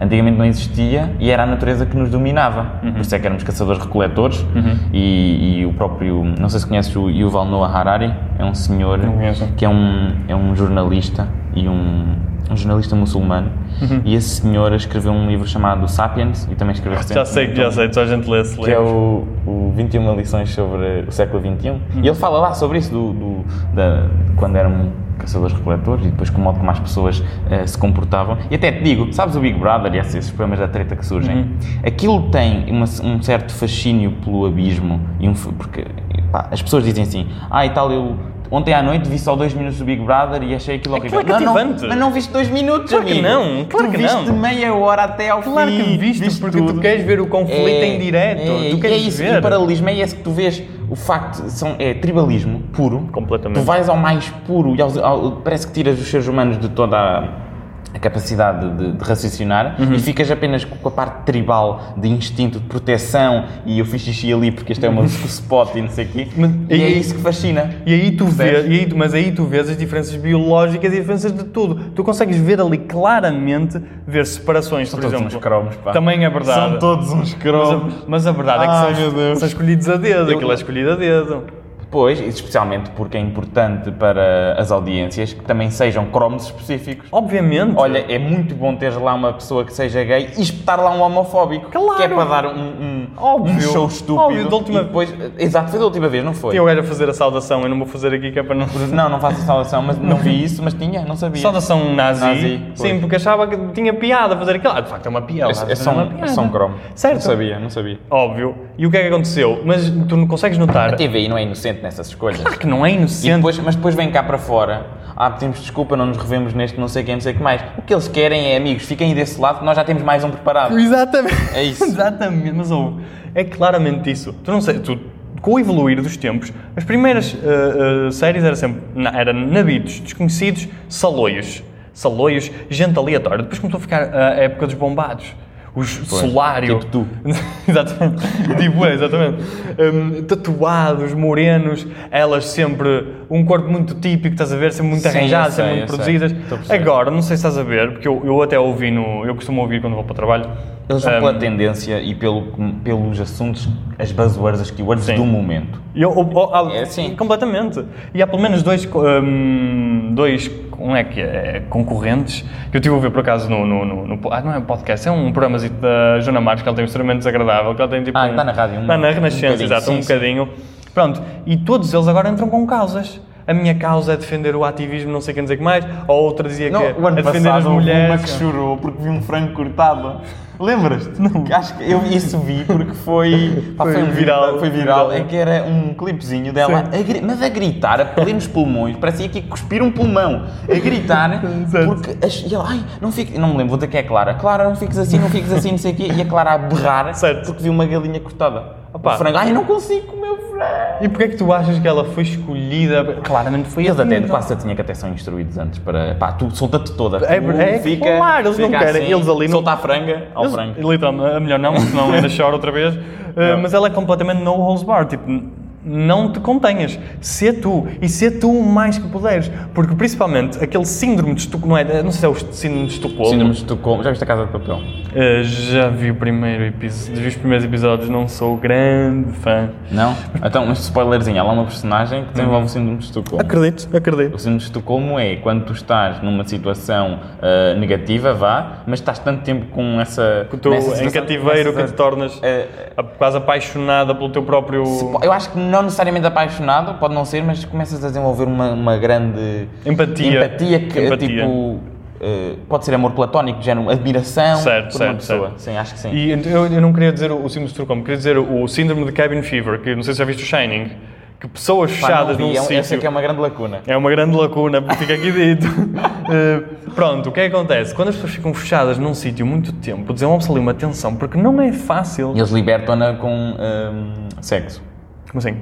[SPEAKER 1] antigamente não existia e era a natureza que nos dominava.
[SPEAKER 2] Uhum.
[SPEAKER 1] Por isso é que éramos caçadores-recoletores e, e o próprio, não sei se conheces o Yuval Noah Harari, é um senhor
[SPEAKER 2] conheço.
[SPEAKER 1] que é um, é um jornalista e um, um jornalista muçulmano
[SPEAKER 2] Uhum.
[SPEAKER 1] e esse senhor escreveu um livro chamado Sapiens e também escreveu
[SPEAKER 2] Já sei que já sei, só a gente lê esse
[SPEAKER 1] que é
[SPEAKER 2] livro.
[SPEAKER 1] o, o 21 lições sobre o século XXI. E ele fala lá sobre isso, do, do- da, de quando eram caçadores-recoletores e depois como, como as pessoas eh, se comportavam. E até te digo, sabes o Big Brother e esses, esses problemas da treta que surgem?
[SPEAKER 2] Uhum.
[SPEAKER 1] Aquilo tem uma- um certo fascínio pelo abismo, e um fa- porque pá, as pessoas dizem assim, ah e tal, eu... Ontem à noite vi só dois minutos do Big Brother e achei aquilo
[SPEAKER 2] Aquilo
[SPEAKER 1] horrível.
[SPEAKER 2] é
[SPEAKER 1] não, não,
[SPEAKER 2] cativante.
[SPEAKER 1] mas não viste dois minutos,
[SPEAKER 2] Claro que
[SPEAKER 1] amigo.
[SPEAKER 2] não, claro
[SPEAKER 1] tu
[SPEAKER 2] que
[SPEAKER 1] viste
[SPEAKER 2] não.
[SPEAKER 1] meia hora até ao
[SPEAKER 2] Claro
[SPEAKER 1] fim.
[SPEAKER 2] que viste, porque tu queres ver o conflito em direto,
[SPEAKER 1] é,
[SPEAKER 2] tu
[SPEAKER 1] e
[SPEAKER 2] queres
[SPEAKER 1] é isso,
[SPEAKER 2] ver.
[SPEAKER 1] e o paralelismo é esse que tu vês, o facto, são, é tribalismo puro.
[SPEAKER 2] Completamente.
[SPEAKER 1] Tu vais ao mais puro e aos- ao- parece que tiras os seres humanos de toda a, a capacidade de, de raciocinar
[SPEAKER 2] Uhum.
[SPEAKER 1] e ficas apenas com a parte tribal de instinto de proteção e eu fiz xixi ali porque este é o meu spot e não sei o quê.
[SPEAKER 2] Mas-
[SPEAKER 1] e, é
[SPEAKER 2] e-
[SPEAKER 1] isso que fascina.
[SPEAKER 2] E aí tu vês,
[SPEAKER 1] Percebes?
[SPEAKER 2] e aí tu- mas aí tu vês as diferenças biológicas e as diferenças de tudo. Tu consegues ver ali claramente, ver separações, por
[SPEAKER 1] todos
[SPEAKER 2] exemplo.
[SPEAKER 1] uns cromos, pá.
[SPEAKER 2] Também é verdade.
[SPEAKER 1] São todos uns
[SPEAKER 2] Mas a,
[SPEAKER 1] cromos.
[SPEAKER 2] mas a verdade
[SPEAKER 1] Ai,
[SPEAKER 2] é que
[SPEAKER 1] meu
[SPEAKER 2] são,
[SPEAKER 1] Deus.
[SPEAKER 2] são escolhidos a dedo.
[SPEAKER 1] Eu-
[SPEAKER 2] Aquilo é escolhido a dedo.
[SPEAKER 1] Pois, e especialmente porque é importante para as audiências que também sejam cromos específicos.
[SPEAKER 2] Obviamente.
[SPEAKER 1] Olha, é muito bom teres lá uma pessoa que seja gay e espetar lá um homofóbico.
[SPEAKER 2] Claro.
[SPEAKER 1] Que é para dar um, um,
[SPEAKER 2] Óbvio.
[SPEAKER 1] um show estúpido.
[SPEAKER 2] Óbvio, da última-
[SPEAKER 1] e depois, exato, foi da última vez, não foi?
[SPEAKER 2] eu era fazer a saudação, eu não vou fazer aqui que é para não.
[SPEAKER 1] Não, não faço a saudação, mas não vi isso, mas tinha, não sabia.
[SPEAKER 2] Saudação nazi.
[SPEAKER 1] Nazi, pois.
[SPEAKER 2] Sim, porque achava que tinha piada fazer aquilo. Ah, de facto é uma piada.
[SPEAKER 1] É, é só
[SPEAKER 2] uma
[SPEAKER 1] um, é só um cromo.
[SPEAKER 2] Certo.
[SPEAKER 1] Não sabia, não sabia.
[SPEAKER 2] Óbvio. E o que é que aconteceu? Mas tu não consegues notar
[SPEAKER 1] A TVI não é inocente nessas escolhas.
[SPEAKER 2] que não é
[SPEAKER 1] E
[SPEAKER 2] inocente.
[SPEAKER 1] depois, mas depois vem cá para fora. Ah, pedimos desculpa, não nos revemos neste, não sei quem, não sei o que mais. O que eles querem é, amigos, fiquem aí desse lado que nós já temos mais um preparado.
[SPEAKER 2] Exatamente.
[SPEAKER 1] É isso.
[SPEAKER 2] Exatamente, mas ouve, é claramente isso. Tu não sei, tu, com o evoluir dos tempos, as primeiras ah, ah, séries eram sempre na, era nabitos, desconhecidos, saloios. Saloios, gente aleatória. Depois começou a ficar a época dos bombados. Os solário.
[SPEAKER 1] tipo tu.
[SPEAKER 2] exatamente. Tipo, é, exatamente. Hum, tatuados, morenos, elas sempre. Um corpo muito típico, estás a ver? Sempre muito
[SPEAKER 1] Sim, eu
[SPEAKER 2] arranjado, sempre
[SPEAKER 1] sei,
[SPEAKER 2] muito
[SPEAKER 1] eu sei.
[SPEAKER 2] produzidas.
[SPEAKER 1] Estou a perceber.
[SPEAKER 2] Agora, não sei se estás a ver, porque eu, eu até ouvi no. Eu costumo ouvir quando vou para o trabalho.
[SPEAKER 1] Eles vão pela tendência e pelo, pelos assuntos, as buzzwords, as keywords
[SPEAKER 2] Sim.
[SPEAKER 1] do momento.
[SPEAKER 2] Eu, eu- eu- há-
[SPEAKER 1] É, sim.
[SPEAKER 2] Completamente. E há pelo menos dois, co- hum, dois como é que é, concorrentes que eu estive a ver por acaso no, no, no- no po- ah, não é um podcast, é um programa da Joana Marques que ela tem um extremamente desagradável, que ela tem tipo
[SPEAKER 1] Ah,
[SPEAKER 2] um-
[SPEAKER 1] está na rádio, um-
[SPEAKER 2] está na
[SPEAKER 1] um
[SPEAKER 2] Renascença,
[SPEAKER 1] bocadinho,
[SPEAKER 2] exato,
[SPEAKER 1] sim,
[SPEAKER 2] um bocadinho. Pronto, e todos eles agora entram com causas. A minha causa é defender o ativismo, não sei quem dizer que mais. A outra dizia
[SPEAKER 1] Não,
[SPEAKER 2] que
[SPEAKER 1] o ano
[SPEAKER 2] é defender as
[SPEAKER 1] passado houve uma
[SPEAKER 2] mulheres.
[SPEAKER 1] que chorou porque viu um frango cortado. Lembras-te? Acho que eu isso vi porque foi, pá,
[SPEAKER 2] Foi
[SPEAKER 1] um
[SPEAKER 2] viral,
[SPEAKER 1] vídeo- Foi viral.
[SPEAKER 2] viral.
[SPEAKER 1] É que era um clipezinho dela, a gri- mas a gritar, a perder nos pulmões, parecia que ia cuspir um pulmão. A gritar,
[SPEAKER 2] Exato.
[SPEAKER 1] porque. as- e ela, ai, não fiques. Não me lembro, vou dizer que é a Clara. Clara, não fiques assim, não fiques assim, não sei o quê. E a Clara a berrar
[SPEAKER 2] Certo.
[SPEAKER 1] porque viu uma galinha cortada.
[SPEAKER 2] Opa.
[SPEAKER 1] O frango, ai, eu não consigo comer o frango.
[SPEAKER 2] E porquê é que tu achas que ela foi escolhida? Claramente foi
[SPEAKER 1] Eles até
[SPEAKER 2] a
[SPEAKER 1] de
[SPEAKER 2] primeira.
[SPEAKER 1] passa tinha que até são instruídos antes para. Pá, tu solta-te toda.
[SPEAKER 2] É,
[SPEAKER 1] Tu
[SPEAKER 2] é, claro, eles não querem, eles ali não-
[SPEAKER 1] assim. Solta a franga ao
[SPEAKER 2] Eles-
[SPEAKER 1] frango.
[SPEAKER 2] Eh, Literalmente, a melhor não, senão ainda chora outra vez. Uh, mas ela é completamente no holds bar. Tipo, não te contenhas. Sê tu. E sê tu o mais que puderes. Porque principalmente aquele síndrome de Estocolmo. Não, é, não sei se é o síndrome de Estocolmo.
[SPEAKER 1] Síndrome de Estocolmo. Já viste a Casa de Papel?
[SPEAKER 2] Uh, já vi o primeiro episódio. Vi os primeiros episódios, não sou grande fã.
[SPEAKER 1] Não? Então, um spoilerzinho. Ela é uma personagem que desenvolve o síndrome de Estocolmo.
[SPEAKER 2] Uhum. Acredito, acredito.
[SPEAKER 1] O síndrome de Estocolmo é quando tu estás numa situação ah, negativa, vá, mas estás tanto tempo com essa...
[SPEAKER 2] Que tu,
[SPEAKER 1] nessa
[SPEAKER 2] em
[SPEAKER 1] situação-
[SPEAKER 2] cativeiro, que
[SPEAKER 1] nessa-
[SPEAKER 2] te tornas
[SPEAKER 1] eh,
[SPEAKER 2] a- quase apaixonada pelo teu próprio.
[SPEAKER 1] Eu acho que não necessariamente apaixonado, pode não ser, mas começas a desenvolver uma, uma grande
[SPEAKER 2] Empatia.
[SPEAKER 1] empatia que
[SPEAKER 2] Empatia.
[SPEAKER 1] tipo eh, pode ser amor platónico, de género admiração
[SPEAKER 2] Certo,
[SPEAKER 1] por
[SPEAKER 2] certo,
[SPEAKER 1] uma pessoa.
[SPEAKER 2] certo.
[SPEAKER 1] Sim, acho que sim.
[SPEAKER 2] E então, eu, eu não queria dizer o síndrome de Estocolmo, queria dizer o síndrome de cabin fever, que não sei se já viste o Shining, que pessoas
[SPEAKER 1] Pá, não
[SPEAKER 2] fechadas
[SPEAKER 1] vi,
[SPEAKER 2] num
[SPEAKER 1] é, um- essa é
[SPEAKER 2] sítio.
[SPEAKER 1] que é uma grande lacuna.
[SPEAKER 2] É uma grande lacuna, porque fica aqui dito. Uh, pronto, o que é que acontece? Quando as pessoas ficam fechadas num sítio muito tempo, desenvolve-se ali uma tensão, porque não é fácil.
[SPEAKER 1] E eles libertam-na com ehm, sexo
[SPEAKER 2] Como assim?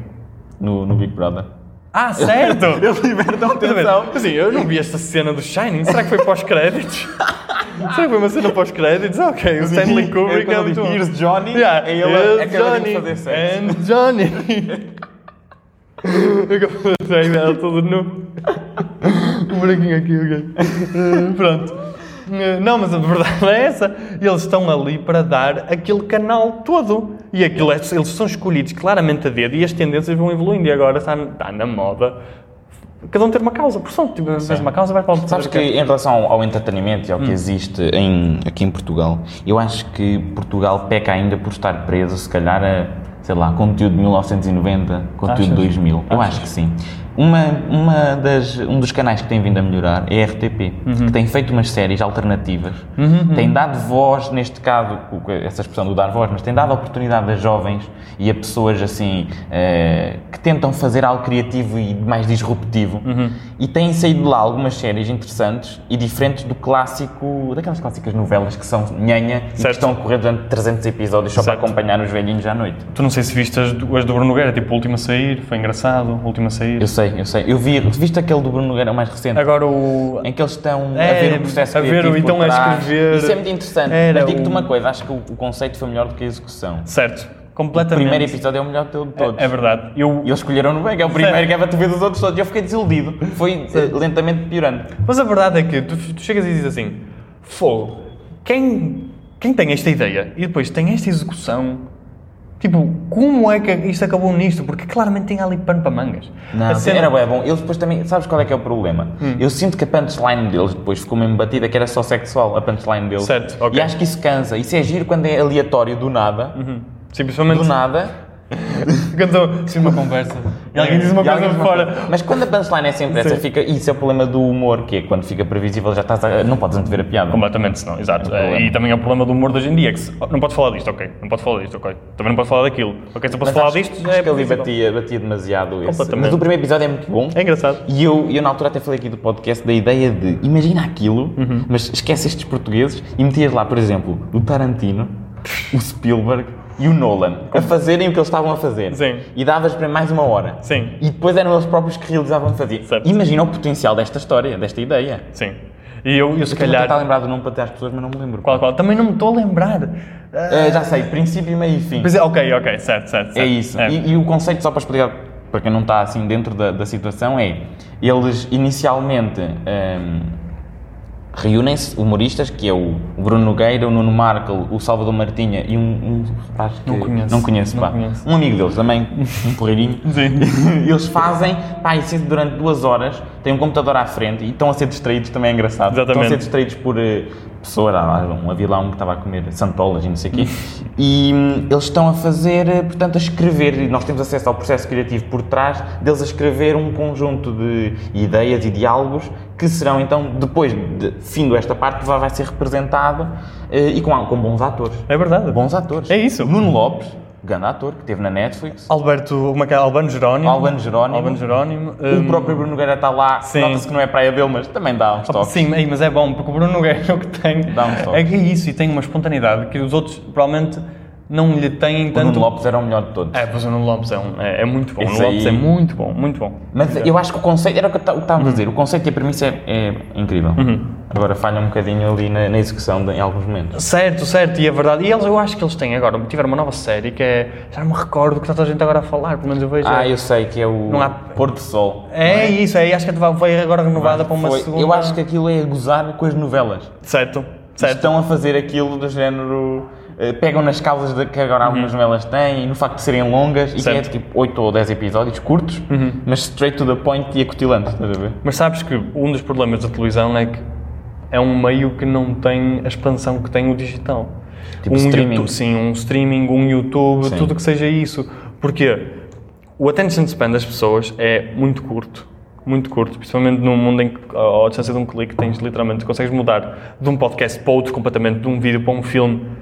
[SPEAKER 1] no, no Big Brother.
[SPEAKER 2] Ah, certo!
[SPEAKER 1] Eles libertam
[SPEAKER 2] Tudo bem. Assim, eu não vi esta cena do Shining, será que foi pós-créditos? será que foi uma cena pós-créditos? Ah, Ok, o Stanley Kubrick é muito bom.
[SPEAKER 1] Here's Johnny,
[SPEAKER 2] Yeah,
[SPEAKER 1] é ele
[SPEAKER 2] here's
[SPEAKER 1] a- acaba de
[SPEAKER 2] Johnny,
[SPEAKER 1] fazer sexo.
[SPEAKER 2] And Johnny. Eu comprei dela todo nu. Um buraquinho aqui, ok. Eh, Pronto. Eh, Não, mas a verdade é essa. Eles estão ali para dar aquele canal todo. E aquilo, é- eles são escolhidos claramente a dedo e as tendências vão evoluindo. E agora está, está na moda. Cada um ter uma causa. Por são, tipo, tens uma causa, vai para o
[SPEAKER 1] Sabes que em relação ao, ao entretenimento e
[SPEAKER 2] Hum.
[SPEAKER 1] ao que existe em- aqui em Portugal, eu acho que Portugal peca ainda por estar preso, se calhar, a, sei lá, conteúdo de 1990, conteúdo de
[SPEAKER 2] Achas?
[SPEAKER 1] 2000.
[SPEAKER 2] Ah,
[SPEAKER 1] Eu acho que sim. Uma, uma das, um dos canais que tem vindo a melhorar é a RTP,
[SPEAKER 2] Uhum.
[SPEAKER 1] que tem feito umas séries alternativas, tem dado voz, neste caso, o que- essa expressão do dar voz, mas tem dado oportunidade a jovens e a pessoas assim eh, que tentam fazer algo criativo e mais disruptivo.
[SPEAKER 2] Uhum.
[SPEAKER 1] E têm saído de lá algumas séries interessantes e diferentes do clássico, daquelas clássicas novelas que são nhanha e que
[SPEAKER 2] Certo.
[SPEAKER 1] estão a correr durante 300 episódios só
[SPEAKER 2] Certo.
[SPEAKER 1] para acompanhar os velhinhos à noite.
[SPEAKER 2] Tu não sei se viste as do, as do Bruno Guerra, tipo, a última a sair, foi engraçado, a última a sair.
[SPEAKER 1] Eu sei, eu sei. Eu vi, viste aquele do Bruno Nogueira mais recente?
[SPEAKER 2] Uhum. Agora o.
[SPEAKER 1] Em que eles estão a
[SPEAKER 2] É,
[SPEAKER 1] ver o processo
[SPEAKER 2] a ver o-
[SPEAKER 1] criativo por
[SPEAKER 2] então a
[SPEAKER 1] trás.
[SPEAKER 2] escrever.
[SPEAKER 1] Isso é muito interessante.
[SPEAKER 2] Era
[SPEAKER 1] Mas digo-te
[SPEAKER 2] um-
[SPEAKER 1] uma coisa, acho que o, o conceito foi melhor do que a execução.
[SPEAKER 2] Certo,
[SPEAKER 1] O
[SPEAKER 2] completamente.
[SPEAKER 1] primeiro episódio é o melhor de todos.
[SPEAKER 2] É, é verdade. Eu,
[SPEAKER 1] E eles escolheram no bem, que é o primeiro que é para tu ver dos outros todos. E eu fiquei desiludido. Foi eh, lentamente piorando.
[SPEAKER 2] Mas a verdade é que tu, tu chegas e dizes assim: fogo, quem, quem tem esta ideia e depois tem esta execução. Tipo, como é que isto acabou nisto? Porque claramente tem ali pano para mangas.
[SPEAKER 1] Não,
[SPEAKER 2] A cena- Hum.
[SPEAKER 1] era bem bom. Eles depois também, sabes qual é que é o problema? Eu sinto que a punchline deles depois ficou mesmo batida, que era só sexual a punchline deles.
[SPEAKER 2] Certo, ok. Uhum.
[SPEAKER 1] E acho que isso cansa. Isso é giro quando é aleatório, do nada.
[SPEAKER 2] Sim, principalmente
[SPEAKER 1] Do nada.
[SPEAKER 2] hum, cantou assim uma conversa e alguém diz uma
[SPEAKER 1] E alguém
[SPEAKER 2] coisa
[SPEAKER 1] diz uma coisa.
[SPEAKER 2] fora.
[SPEAKER 1] Mas quando a punchline é sempre essa,
[SPEAKER 2] Sim.
[SPEAKER 1] fica, isso é o problema do humor, que é quando fica previsível já estás a, não podes antever a piada.
[SPEAKER 2] Completamente, não, exato.
[SPEAKER 1] É um problema.
[SPEAKER 2] e também é o problema do humor de hoje em dia, que se, oh, não pode falar disto, ok. Não pode falar disto, ok. Também não pode falar daquilo. Ok, se eu posso
[SPEAKER 1] Mas
[SPEAKER 2] falar
[SPEAKER 1] acho,
[SPEAKER 2] disto,
[SPEAKER 1] acho
[SPEAKER 2] já é
[SPEAKER 1] que ali
[SPEAKER 2] previsível.
[SPEAKER 1] batia, batia demasiado esse.
[SPEAKER 2] Completamente.
[SPEAKER 1] Mas o primeiro episódio é muito bom.
[SPEAKER 2] É engraçado.
[SPEAKER 1] E eu, eu na altura até falei aqui do podcast da ideia de imagina aquilo,
[SPEAKER 2] Uhum.
[SPEAKER 1] mas esquece estes portugueses e metias lá, por exemplo, o Tarantino, o Spielberg e o Nolan a fazerem o que eles estavam a fazer.
[SPEAKER 2] Sim.
[SPEAKER 1] E davas para mais uma hora.
[SPEAKER 2] Sim.
[SPEAKER 1] E depois eram eles próprios que realizavam fazer.
[SPEAKER 2] Certo.
[SPEAKER 1] Imagina o potencial desta história, desta ideia.
[SPEAKER 2] Sim. E eu, eu se
[SPEAKER 1] Estou a
[SPEAKER 2] calhar.
[SPEAKER 1] tentar lembrar do nome para ter as pessoas, mas não me lembro.
[SPEAKER 2] Qual, qual? Também não me estou a lembrar. Ah,
[SPEAKER 1] Eh, já sei, princípio, meio e fim.
[SPEAKER 2] Pois é, ok, ok, certo, certo.
[SPEAKER 1] É
[SPEAKER 2] certo.
[SPEAKER 1] isso. E, e o conceito, só para explicar para quem não está assim dentro da, da situação, é eles inicialmente ehm, reúnem-se humoristas, que é o Bruno Nogueira, o Nuno Markel, o Salvador Martinha e um, um rapaz que
[SPEAKER 2] Não conheço.
[SPEAKER 1] não conheço,
[SPEAKER 2] Não
[SPEAKER 1] pá.
[SPEAKER 2] conheço.
[SPEAKER 1] um amigo deles também, um porreirinho.
[SPEAKER 2] Sim.
[SPEAKER 1] eles fazem, pá, e sempre durante duas horas, têm um computador à frente e estão a ser distraídos, também é engraçado. Estão a ser
[SPEAKER 2] Exatamente.
[SPEAKER 1] distraídos por eh, pessoas, ah, lá, um- havia lá um que estava a comer santolas e não sei o quê. e hum, eles estão a fazer, eh, portanto, a escrever, e nós temos acesso ao processo criativo por trás deles a escrever um conjunto de ideias e diálogos que serão então, depois de findo esta parte, vai vai ser representado eh, e com, com bons atores.
[SPEAKER 2] É verdade.
[SPEAKER 1] Bons atores.
[SPEAKER 2] É isso.
[SPEAKER 1] Nuno Lopes, grande ator, que teve na Netflix.
[SPEAKER 2] Alberto, como é que é? Albano Jerónimo.
[SPEAKER 1] Albano Jerónimo.
[SPEAKER 2] Albano Jerónimo. hum,
[SPEAKER 1] O próprio Bruno Nogueira está lá,
[SPEAKER 2] Sim.
[SPEAKER 1] nota-se que não é praia dele, mas também dá uns toques.
[SPEAKER 2] Sim, ei, mas é bom, porque o Bruno Guerra o que tem.
[SPEAKER 1] Dá um toque.
[SPEAKER 2] é que é isso, e tem uma espontaneidade que os outros provavelmente não lhe
[SPEAKER 1] O
[SPEAKER 2] têm
[SPEAKER 1] Nuno
[SPEAKER 2] tanto.
[SPEAKER 1] Lopes era o melhor de todos.
[SPEAKER 2] É, pois o Nuno Lopes é, um, é, é muito bom. O
[SPEAKER 1] Esse
[SPEAKER 2] Nuno Lopes
[SPEAKER 1] aí-
[SPEAKER 2] é muito bom, muito bom.
[SPEAKER 1] Mas eu acho que o conceito, era o que eu ta- o que
[SPEAKER 2] Uhum.
[SPEAKER 1] estávamos a dizer, o conceito e a premissa é, é incrível. Agora falha um bocadinho ali na, na execução de- em alguns momentos.
[SPEAKER 2] Certo, certo, e é verdade. E eles, eu acho que eles têm agora, tiveram uma nova série que é. Já não me recordo o que está toda a gente agora a falar, pelo menos eu vejo.
[SPEAKER 1] Ah, eu sei que é o
[SPEAKER 2] Não há-
[SPEAKER 1] Pôr do Sol.
[SPEAKER 2] É isso, é, acho que vai agora renovada para uma
[SPEAKER 1] Foi-
[SPEAKER 2] segunda.
[SPEAKER 1] Eu acho que aquilo é gozar com as novelas.
[SPEAKER 2] Certo, certo.
[SPEAKER 1] Estão a fazer aquilo do género. eh, Pegam nas causas de que agora algumas novelas têm e no facto de serem longas e
[SPEAKER 2] Uhum. Certo. Uhum.
[SPEAKER 1] que é tipo 8 ou 10 episódios curtos, mas straight to the point e acutilantes, estás a ver?
[SPEAKER 2] Mas sabes que um dos problemas da televisão é que é um meio que não tem a expansão que tem o digital.
[SPEAKER 1] Tipo
[SPEAKER 2] um
[SPEAKER 1] streaming.
[SPEAKER 2] YouTube- sim, um streaming, um YouTube,
[SPEAKER 1] Sim.
[SPEAKER 2] tudo que seja isso. Porque o attention span das pessoas é muito curto. Muito curto, principalmente num mundo em que, ao- à distância de um clique, tens literalmente, consegues mudar de um podcast para outro completamente, de um vídeo para um filme.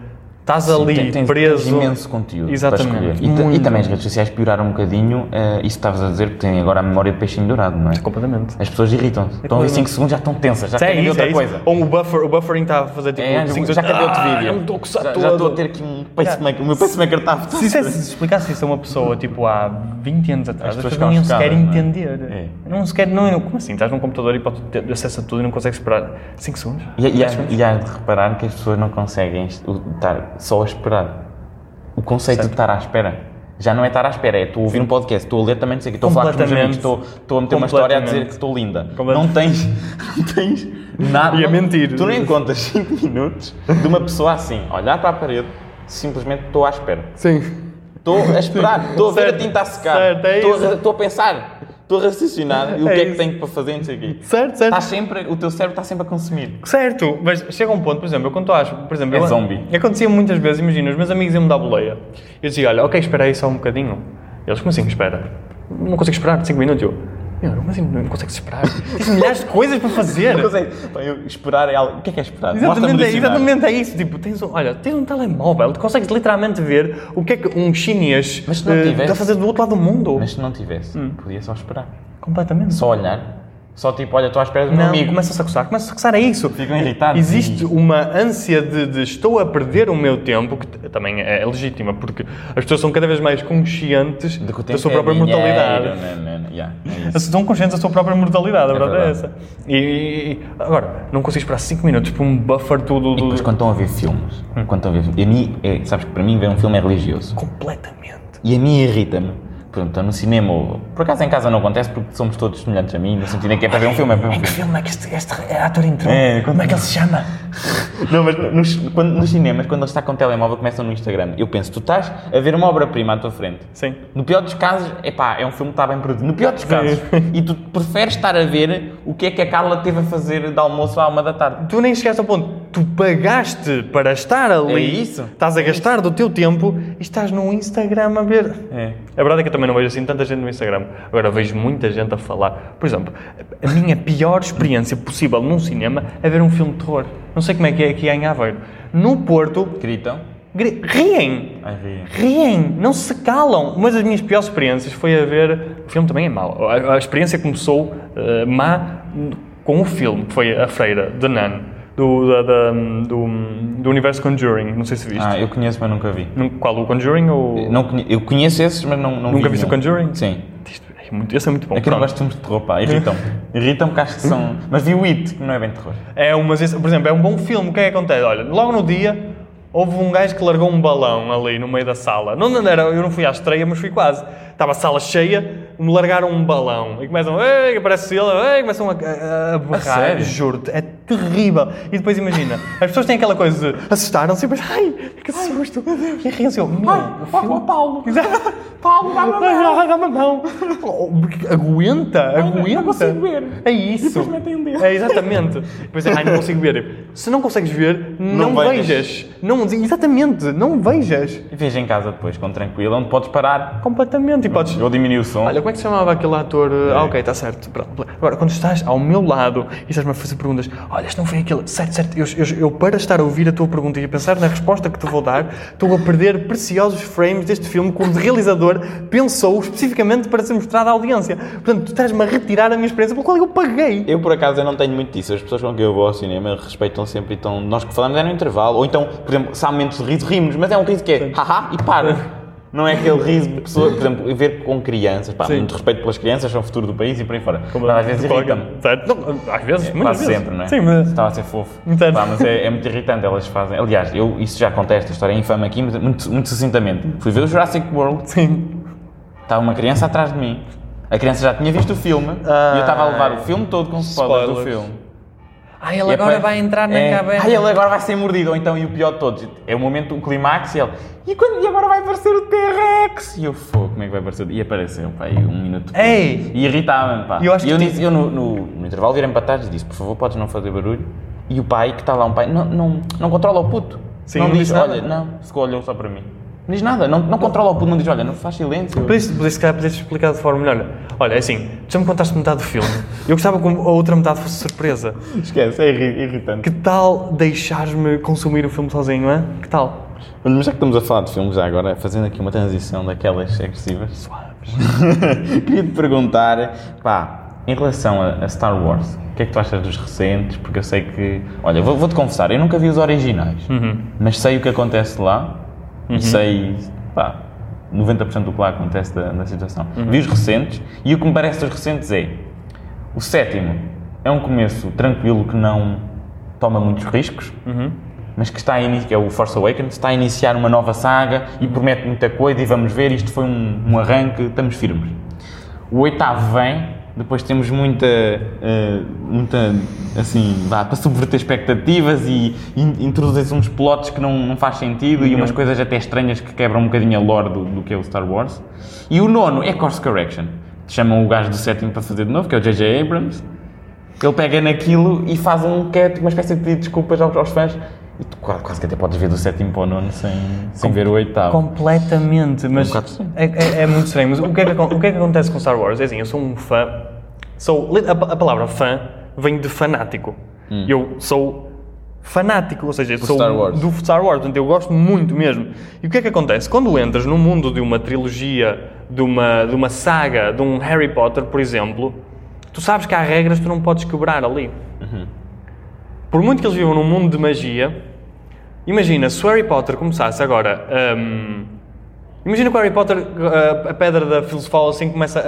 [SPEAKER 2] Estás ali
[SPEAKER 1] Tem- tens,
[SPEAKER 2] preso.
[SPEAKER 1] tens imenso conteúdo para
[SPEAKER 2] Exatamente.
[SPEAKER 1] escolher. E, ta- e
[SPEAKER 2] Muito.
[SPEAKER 1] também as redes sociais pioraram um bocadinho eh, isso que estavas a dizer, que têm agora a memória de peixinho dourado, não é?
[SPEAKER 2] Completamente.
[SPEAKER 1] As pessoas irritam-se. Estão a ver 5 segundos já estão tensas, já
[SPEAKER 2] É
[SPEAKER 1] querem ver
[SPEAKER 2] isso,
[SPEAKER 1] Tá outra
[SPEAKER 2] é isso.
[SPEAKER 1] coisa.
[SPEAKER 2] Ou o, buffer, o buffering está a fazer tipo.
[SPEAKER 1] É,
[SPEAKER 2] cinco
[SPEAKER 1] já
[SPEAKER 2] segundos.
[SPEAKER 1] quero ver outro
[SPEAKER 2] Ah,
[SPEAKER 1] vídeo.
[SPEAKER 2] eu estou a coçar
[SPEAKER 1] já, já
[SPEAKER 2] todo.
[SPEAKER 1] estou a ter aqui um pacemaker. O meu pacemaker está a
[SPEAKER 2] Se, dissesse- se explicasse isso é- a uma pessoa tipo há 20 anos
[SPEAKER 1] As
[SPEAKER 2] atrás, as
[SPEAKER 1] pessoas
[SPEAKER 2] pessoas não
[SPEAKER 1] ficavam
[SPEAKER 2] sequer
[SPEAKER 1] chocadas, não é?
[SPEAKER 2] entender. Não sequer. Não, não- como assim? Estás num computador e podes ter acesso a tudo e não consegues esperar 5 segundos?
[SPEAKER 1] E, e,
[SPEAKER 2] Dez
[SPEAKER 1] há-
[SPEAKER 2] segundos?
[SPEAKER 1] e há de reparar que as pessoas não conseguem est- o- estar só a esperar. O conceito de estar à espera. Já não é estar à espera, é estou a ouvir um podcast, estou a ler também, não sei o quê, estou a falar com os meus amigos,
[SPEAKER 2] Completamente.
[SPEAKER 1] estou, estou a meter uma história a dizer
[SPEAKER 2] Completamente.
[SPEAKER 1] que estou linda. Não
[SPEAKER 2] Completamente.
[SPEAKER 1] tens, não tens nada.
[SPEAKER 2] E a mentir.
[SPEAKER 1] Tu nem contas 5 minutos de uma pessoa assim, olhar para a parede, simplesmente estou à espera.
[SPEAKER 2] Sim.
[SPEAKER 1] Estou a esperar, estou a ver a
[SPEAKER 2] Certo,
[SPEAKER 1] tinta a secar,
[SPEAKER 2] certo, é
[SPEAKER 1] estou,
[SPEAKER 2] isso.
[SPEAKER 1] a, estou a pensar, estou a raciocinar e o
[SPEAKER 2] É
[SPEAKER 1] que é que
[SPEAKER 2] isso.
[SPEAKER 1] tenho para fazer, não sei o quê.
[SPEAKER 2] Certo, certo.
[SPEAKER 1] Estás sempre, o teu cérebro está sempre a consumir.
[SPEAKER 2] Certo, mas chega um ponto, por exemplo, eu quando acho, por exemplo,
[SPEAKER 1] É
[SPEAKER 2] eu-
[SPEAKER 1] zombie.
[SPEAKER 2] Acontecia muitas vezes, imagina, os meus amigos iam-me dar boleia. Eu dizia, olha, ok, espera aí só um bocadinho. Eles, como assim, espera? Não consigo esperar, 5 minutos. Eu, meu, como assim não consegues esperar? Tens milhares de coisas para fazer.
[SPEAKER 1] Não consegue. Pá, eu esperar é algo. O que é que é esperar? Mostra-me
[SPEAKER 2] Exatamente,
[SPEAKER 1] o
[SPEAKER 2] é,
[SPEAKER 1] dicionário.
[SPEAKER 2] exatamente é isso. Tipo, tens um, olha, tens um telemóvel, tu consegues literalmente ver o que é que um chinês
[SPEAKER 1] Mas se não
[SPEAKER 2] eh,
[SPEAKER 1] tivesse-
[SPEAKER 2] está a fazer do outro lado do mundo.
[SPEAKER 1] Mas se não tivesse, podia só esperar.
[SPEAKER 2] Completamente.
[SPEAKER 1] Só olhar. Só tipo, olha, estou à espera do meu
[SPEAKER 2] Não,
[SPEAKER 1] amigo.
[SPEAKER 2] começa-se a coçar, começa-se a coçar, é isso.
[SPEAKER 1] Ficam irritados.
[SPEAKER 2] Existe uma ânsia de, de estou a perder o meu tempo, que t- também é legítima, porque as pessoas são cada vez mais conscientes
[SPEAKER 1] De que o
[SPEAKER 2] da
[SPEAKER 1] tempo
[SPEAKER 2] sua
[SPEAKER 1] é
[SPEAKER 2] própria
[SPEAKER 1] dinheiro,
[SPEAKER 2] mortalidade.
[SPEAKER 1] Não, não, não. Yeah, é isso.
[SPEAKER 2] Estão conscientes da sua própria mortalidade, a verdade é
[SPEAKER 1] verdade.
[SPEAKER 2] essa. E, e- e- agora, não consigo esperar 5 minutos para um buffer tudo.
[SPEAKER 1] E
[SPEAKER 2] do-
[SPEAKER 1] depois quando estão a ver filmes, quando estão a ver filmes, e a mim, é, sabes que para mim ver um filme é religioso.
[SPEAKER 2] Completamente.
[SPEAKER 1] E a mim irrita-me. Por exemplo, estou no cinema, ou- por acaso em casa não acontece porque somos todos semelhantes a mim, no sentido em que é para ver um filme, é para ver um
[SPEAKER 2] Que
[SPEAKER 1] filme.
[SPEAKER 2] filme é que este, este ator entrou?
[SPEAKER 1] É,
[SPEAKER 2] Como é que ele se chama?
[SPEAKER 1] Não, mas nos, quando, nos cinemas, quando ele está com o telemóvel, começam no Instagram. Eu penso, tu estás a ver uma obra-prima à tua frente.
[SPEAKER 2] Sim.
[SPEAKER 1] No pior dos casos, epá, é um filme que está bem produzido. No pior dos casos. E tu preferes estar a ver o que é que a Carla teve a fazer de almoço à uma da tarde.
[SPEAKER 2] Tu nem chegaste ao ponto. Tu pagaste para estar ali.
[SPEAKER 1] É isso.
[SPEAKER 2] Estás a gastar do teu tempo e estás no Instagram a ver.
[SPEAKER 1] É.
[SPEAKER 2] A verdade é que eu também não vejo assim tanta gente no Instagram. Agora vejo muita gente a falar. Por exemplo, a minha pior experiência possível num cinema é ver um filme de terror. Não sei como é que é aqui em Aveiro. No Porto,
[SPEAKER 1] Gritam.
[SPEAKER 2] gri- riem.
[SPEAKER 1] Ai, ri.
[SPEAKER 2] Riem, não se calam. Uma das minhas piores experiências foi a ver. O filme também é mau. A, a experiência começou eh, má com o filme, que foi A Freira, The Nun, do, da- da- do, do universo Conjuring. Não sei se viste.
[SPEAKER 1] Ah, eu conheço, mas nunca vi.
[SPEAKER 2] Num- Qual, o Conjuring ou.
[SPEAKER 1] Não conhe- Eu conheço esses, mas não, não
[SPEAKER 2] Nunca
[SPEAKER 1] vi
[SPEAKER 2] viste o
[SPEAKER 1] nenhum.
[SPEAKER 2] Conjuring?
[SPEAKER 1] Sim.
[SPEAKER 2] Isto é muito- Esse é muito bom.
[SPEAKER 1] É que eu não
[SPEAKER 2] Pronto.
[SPEAKER 1] gosto de filmes de terror, pá. Irritam-me. Irritam-me que acho que são... Mas vi o It, que não é bem terror.
[SPEAKER 2] É umas, por exemplo, é um bom filme. O que é que acontece? Olha, logo no dia houve um gajo que largou um balão ali no meio da sala. Não, não era, eu não fui à estreia, mas fui quase. Estava a sala cheia, me largaram um balão e começam, ei, aparece ele, ei, começam a, a, a berrar.
[SPEAKER 1] sério?
[SPEAKER 2] Juro-te, é terrível. E depois imagina, as pessoas têm aquela coisa de assustaram-se e pensam, ai, que susto. E a reação, meu, oh, o filme-
[SPEAKER 1] é Paulo.
[SPEAKER 2] Exato.
[SPEAKER 1] Paulo, dá
[SPEAKER 2] Ai, ai, Dá-me a mão. Oh, porque Aguenta, aguenta.
[SPEAKER 1] não consigo ver.
[SPEAKER 2] É isso.
[SPEAKER 1] Depois metem um dedo.
[SPEAKER 2] É exatamente. Depois é, ai, não consigo ver. Se não consegues ver, não,
[SPEAKER 1] vejas.
[SPEAKER 2] vejas. Não, exatamente, não vejas.
[SPEAKER 1] Veja em casa depois, com tranquilo, onde podes parar.
[SPEAKER 2] Completamente. E podes.
[SPEAKER 1] Ou diminuir o som.
[SPEAKER 2] Olha, como é que se chamava aquele ator?
[SPEAKER 1] É.
[SPEAKER 2] Ah, ok, está certo. Pronto. Agora, quando estás ao meu lado e estás-me a fazer perguntas, olha, isto não foi aquilo, certo, certo. Eu, eu- eu, para estar a ouvir a tua pergunta e a pensar na resposta que te vou dar, estou a perder preciosos frames deste filme que o realizador pensou especificamente para ser mostrado à audiência. Portanto, tu estás-me a retirar a minha experiência pela qual eu paguei.
[SPEAKER 1] Eu, por acaso, eu não tenho muito disso. As pessoas com quem eu vou ao cinema respeitam sempre, então, nós que falamos é no intervalo. Ou então, por exemplo, se há momentos de riso, rimos, mas é um riso que é haha e para. Não é aquele riso de pessoa, por exemplo, ver com crianças, pá,
[SPEAKER 2] Sim.
[SPEAKER 1] muito respeito pelas crianças, são o futuro do país e por aí fora. Mas às vezes irrita-me.
[SPEAKER 2] Certo? Não, às vezes, muitas
[SPEAKER 1] Quase
[SPEAKER 2] vezes.
[SPEAKER 1] sempre, não é?
[SPEAKER 2] Sim, mas...
[SPEAKER 1] Estava a ser fofo.
[SPEAKER 2] Então-
[SPEAKER 1] Pá, mas é, é muito irritante, elas fazem. Aliás, eu isso já contei esta história é infame aqui, mas muito, muito sucintamente. Fui ver o Jurassic World,
[SPEAKER 2] Sim.
[SPEAKER 1] estava uma criança atrás de mim. A criança já tinha visto o filme e eu estava a levar o filme todo com spoilers, do
[SPEAKER 2] Spoilers.
[SPEAKER 1] filme.
[SPEAKER 3] Ah, ele
[SPEAKER 1] E
[SPEAKER 3] agora
[SPEAKER 1] depois-
[SPEAKER 3] vai entrar na
[SPEAKER 1] é,
[SPEAKER 3] caverna.
[SPEAKER 1] Ah, ele agora vai ser mordido, ou então, e o pior de todos. É o momento, o clímax, e ele. E, quando, e agora vai aparecer o T-Rex! E eu, fogo, como é que vai aparecer? E apareceu, pá, e um minuto. depois.
[SPEAKER 2] Ei!
[SPEAKER 1] E irritava-me, pá.
[SPEAKER 2] E eu acho
[SPEAKER 1] eu,
[SPEAKER 2] que
[SPEAKER 1] disse- eu no, no- no intervalo virei-me para trás e disse, por favor, podes não fazer barulho. E o pai, que está lá, um pai, não, não, não controla o puto.
[SPEAKER 2] Sim,
[SPEAKER 1] não,
[SPEAKER 2] não
[SPEAKER 1] diz,
[SPEAKER 2] disse nada.
[SPEAKER 1] olha, não, ficou olhou só para mim. Não diz nada, não, não controla o puto, não diz, olha, não faz silêncio.
[SPEAKER 2] Por isso, por isso, se calhar, podias explicar de forma melhor. Olha, é assim, tu já me contaste metade do filme. Eu gostava que a outra metade fosse surpresa.
[SPEAKER 1] Esquece, é irri- irritante.
[SPEAKER 2] Que tal deixares-me consumir o filme sozinho, é? Que tal?
[SPEAKER 1] Olha, Mas já que estamos a falar de filmes já agora, fazendo aqui uma transição daquelas agressivas. Suaves. Queria te perguntar, pá, em relação a, a Star Wars, o que é que tu achas dos recentes? Porque eu sei que. Olha, vou- vou-te confessar, eu nunca vi os originais, mas sei o que acontece lá e sei, pá, 90% do que lá acontece da, da situação. Vi os recentes e o que me parece dos recentes é. O sétimo é um começo tranquilo que não toma muitos riscos mas que está a iniciar, que é o Force Awakens, está a iniciar uma nova saga e promete muita coisa e vamos ver, isto foi um, um arranque, estamos firmes. O oitavo vem, depois temos muita, eh, muita assim, vá, para subverter expectativas e in, introduzem-se uns plots que não, não faz sentido e umas coisas até estranhas que quebram um bocadinho a lore do, do que é o Star Wars. E o nono é Course Correction. Chamam o gajo do sétimo para fazer de novo, que é o J.J. Abrams. Ele pega naquilo e faz um cat, uma espécie de pedido de desculpas aos, aos fãs. E tu quase, quase que até podes ver do sétimo para o nono sem, sem ver o oitavo.
[SPEAKER 2] Completamente, mas
[SPEAKER 1] um bocado sim.
[SPEAKER 2] é, é- é muito estranho. Mas o que, é que, acon- o que é que acontece com Star Wars? É assim, eu sou um fã. Sou, a, pa- a palavra fã vem de fanático. Eu sou fanático, ou seja, eu sou
[SPEAKER 1] Hum.
[SPEAKER 2] um
[SPEAKER 1] Star Wars.
[SPEAKER 2] do Star Wars, portanto eu gosto muito mesmo. E o que é que acontece? Quando entras no mundo de uma trilogia, de uma, de uma saga, de um Harry Potter, por exemplo, tu sabes que há regras que tu não podes quebrar ali.
[SPEAKER 1] Uhum.
[SPEAKER 2] Por muito que eles vivam num mundo de magia, imagina se o Harry Potter começasse agora. hum, imagina que o Harry Potter, uh, a pedra da filosofal, assim começa. a-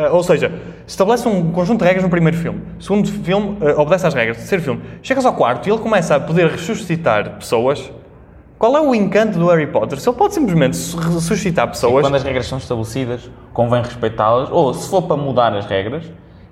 [SPEAKER 2] a- a- a- ou seja, estabelece um conjunto de regras no primeiro filme. Segundo filme, uh, obedece às regras. Terceiro filme, chegas ao quarto e ele começa a poder ressuscitar pessoas. Qual é o encanto do Harry Potter? Se ele pode simplesmente su- ressuscitar pessoas.
[SPEAKER 1] Quando as regras são estabelecidas, convém respeitá-las, ou se for para mudar as regras,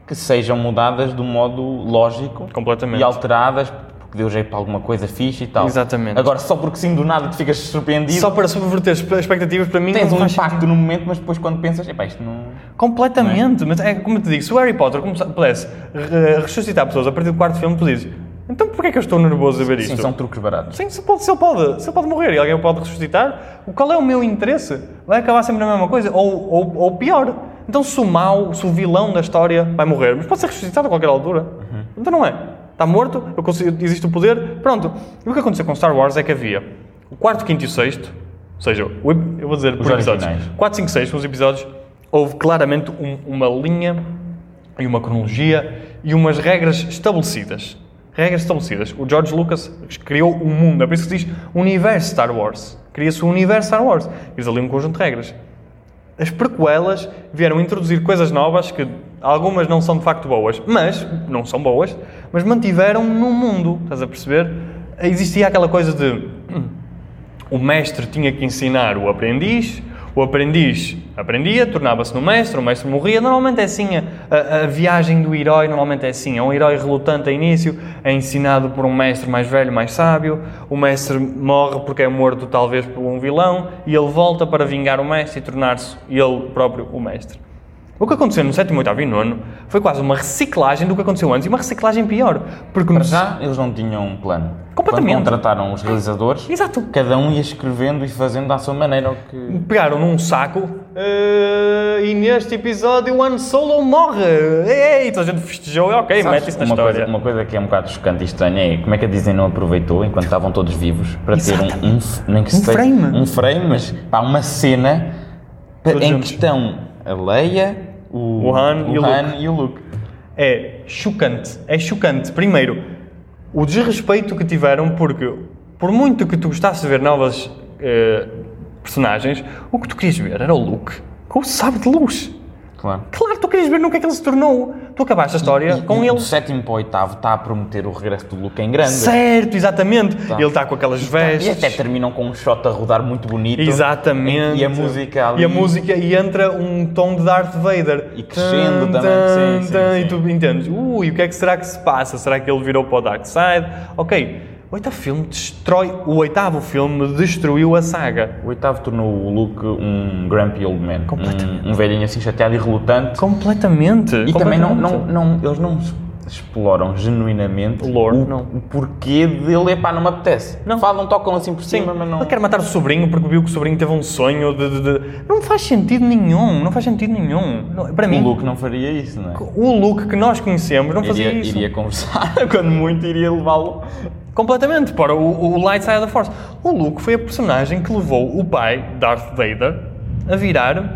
[SPEAKER 1] que sejam mudadas de um modo lógico
[SPEAKER 2] Completamente.
[SPEAKER 1] e alteradas, porque deu jeito para alguma coisa fixe e tal.
[SPEAKER 2] Exatamente.
[SPEAKER 1] Agora, só porque sim do nada te ficas surpreendido,
[SPEAKER 2] Só para subverter as expectativas, para mim,
[SPEAKER 1] tens
[SPEAKER 2] não
[SPEAKER 1] um
[SPEAKER 2] faz
[SPEAKER 1] impacto no momento, mas depois quando pensas, epá, isto não.
[SPEAKER 2] Completamente, mas é como eu te digo, se o Harry Potter começa- pudesse eh, ressuscitar pessoas a partir do quarto filme, tu dizes, então porquê é que eu estou nervoso a ver isto?
[SPEAKER 1] Sim, são truques baratos.
[SPEAKER 2] Sim, se, pode, se, ele pode, se ele pode morrer e alguém o pode ressuscitar, o- qual é o meu interesse? Vai acabar sempre na mesma coisa, ou, ou, ou pior. Então se o mau, se o vilão da história vai morrer, mas pode ser ressuscitado a qualquer altura. Então não é. Está morto, eu consigo- existe o poder, pronto. E o que aconteceu com Star Wars é que havia o quarto, quinto e sexto, ou seja, o ep- eu vou dizer por episódios,
[SPEAKER 1] originais.
[SPEAKER 2] 4, 5, 6, os episódios, houve claramente um- uma linha e uma cronologia e umas regras estabelecidas. Regras estabelecidas. O George Lucas criou um mundo, é por isso que se diz universo Star Wars. Cria-se o universo Star Wars. Eles ali um conjunto de regras. As prequelas vieram introduzir coisas novas que algumas não são de facto boas, mas não são boas, mas mantiveram no mundo. Estás a perceber? Existia aquela coisa de o mestre tinha que ensinar o aprendiz, o aprendiz aprendia, tornava-se no mestre, o mestre morria. Normalmente é assim a, a- a viagem do herói, normalmente é assim. É um herói relutante a início, é ensinado por um mestre mais velho, mais sábio. O mestre morre porque é morto talvez por um vilão e ele volta para vingar o mestre e tornar-se ele próprio o mestre. O que aconteceu no 7, 8 e 9 foi quase uma reciclagem do que aconteceu antes e uma reciclagem pior. Porque
[SPEAKER 1] Para já, eles não tinham um plano.
[SPEAKER 2] Completamente.
[SPEAKER 1] Quando contrataram os realizadores,
[SPEAKER 2] Exato.
[SPEAKER 1] cada um ia escrevendo e fazendo à sua maneira o que...
[SPEAKER 2] pegaram num saco, "Eh, e neste episódio o Han Solo morre! Ei, toda a gente festejou, é ok,
[SPEAKER 1] Sabes,
[SPEAKER 2] mete isso na
[SPEAKER 1] uma,
[SPEAKER 2] história.
[SPEAKER 1] coisa, uma coisa que é um bocado chocante e estranha é como é que a Disney não aproveitou enquanto estavam todos vivos para ter um, um f- nem que
[SPEAKER 2] Um
[SPEAKER 1] seja-
[SPEAKER 2] frame.
[SPEAKER 1] um frame, mas pá, uma cena pa-
[SPEAKER 2] Todos
[SPEAKER 1] em
[SPEAKER 2] juntos.
[SPEAKER 1] que estão a Leia, o,
[SPEAKER 2] O Han e o
[SPEAKER 1] Han e o Luke.
[SPEAKER 2] É chocante, é chocante. Primeiro, o desrespeito que tiveram, porque por muito que tu gostasses de ver novas eh, personagens, o que tu querias ver era o Luke com o sabre de luz.
[SPEAKER 1] Claro.
[SPEAKER 2] Claro que tu querias ver no que é que ele se tornou. Tu acabaste a história com
[SPEAKER 1] E
[SPEAKER 2] ele
[SPEAKER 1] Do sétimo para o oitavo está a prometer o regresso do Luke em grande.
[SPEAKER 2] Certo, exatamente. Ele está com aquelas vestes.
[SPEAKER 1] Tá. E até terminam com um shot a rodar muito bonito.
[SPEAKER 2] Exatamente.
[SPEAKER 1] Então, E a música ali.
[SPEAKER 2] E a música, e entra um tom de Darth Vader.
[SPEAKER 1] E crescendo
[SPEAKER 2] Tan,
[SPEAKER 1] também,
[SPEAKER 2] tan,
[SPEAKER 1] sim, sim,
[SPEAKER 2] tan,
[SPEAKER 1] sim.
[SPEAKER 2] E tu entendes, ui, o que é que será que se passa? Será que ele virou para o Dark Side? Ok, o oitavo filme destrói, o oitavo filme destruiu a saga.
[SPEAKER 1] O oitavo tornou o Luke um grumpy old man. Um, um velhinho assim chateado e relutante.
[SPEAKER 2] Completamente.
[SPEAKER 1] E também não, não, não- eles não es- exploram genuinamente
[SPEAKER 2] O lore,
[SPEAKER 1] o,
[SPEAKER 2] não.
[SPEAKER 1] o porquê dele, epá, não me apetece.
[SPEAKER 2] Não.
[SPEAKER 1] Falam, tocam assim por cima, mas não...
[SPEAKER 2] Ele quer matar o sobrinho porque viu que o sobrinho teve um sonho de... de- de- Não faz sentido nenhum, não faz sentido nenhum. Não, para é mim,
[SPEAKER 1] O Luke não faria isso, não é?
[SPEAKER 2] o Luke que nós conhecemos não fazia
[SPEAKER 1] Iria,
[SPEAKER 2] isso.
[SPEAKER 1] iria conversar, quando muito iria levá-lo.
[SPEAKER 2] Completamente, para o, o Light Side of the Force. O Luke foi a personagem que levou o pai, Darth Vader, a virar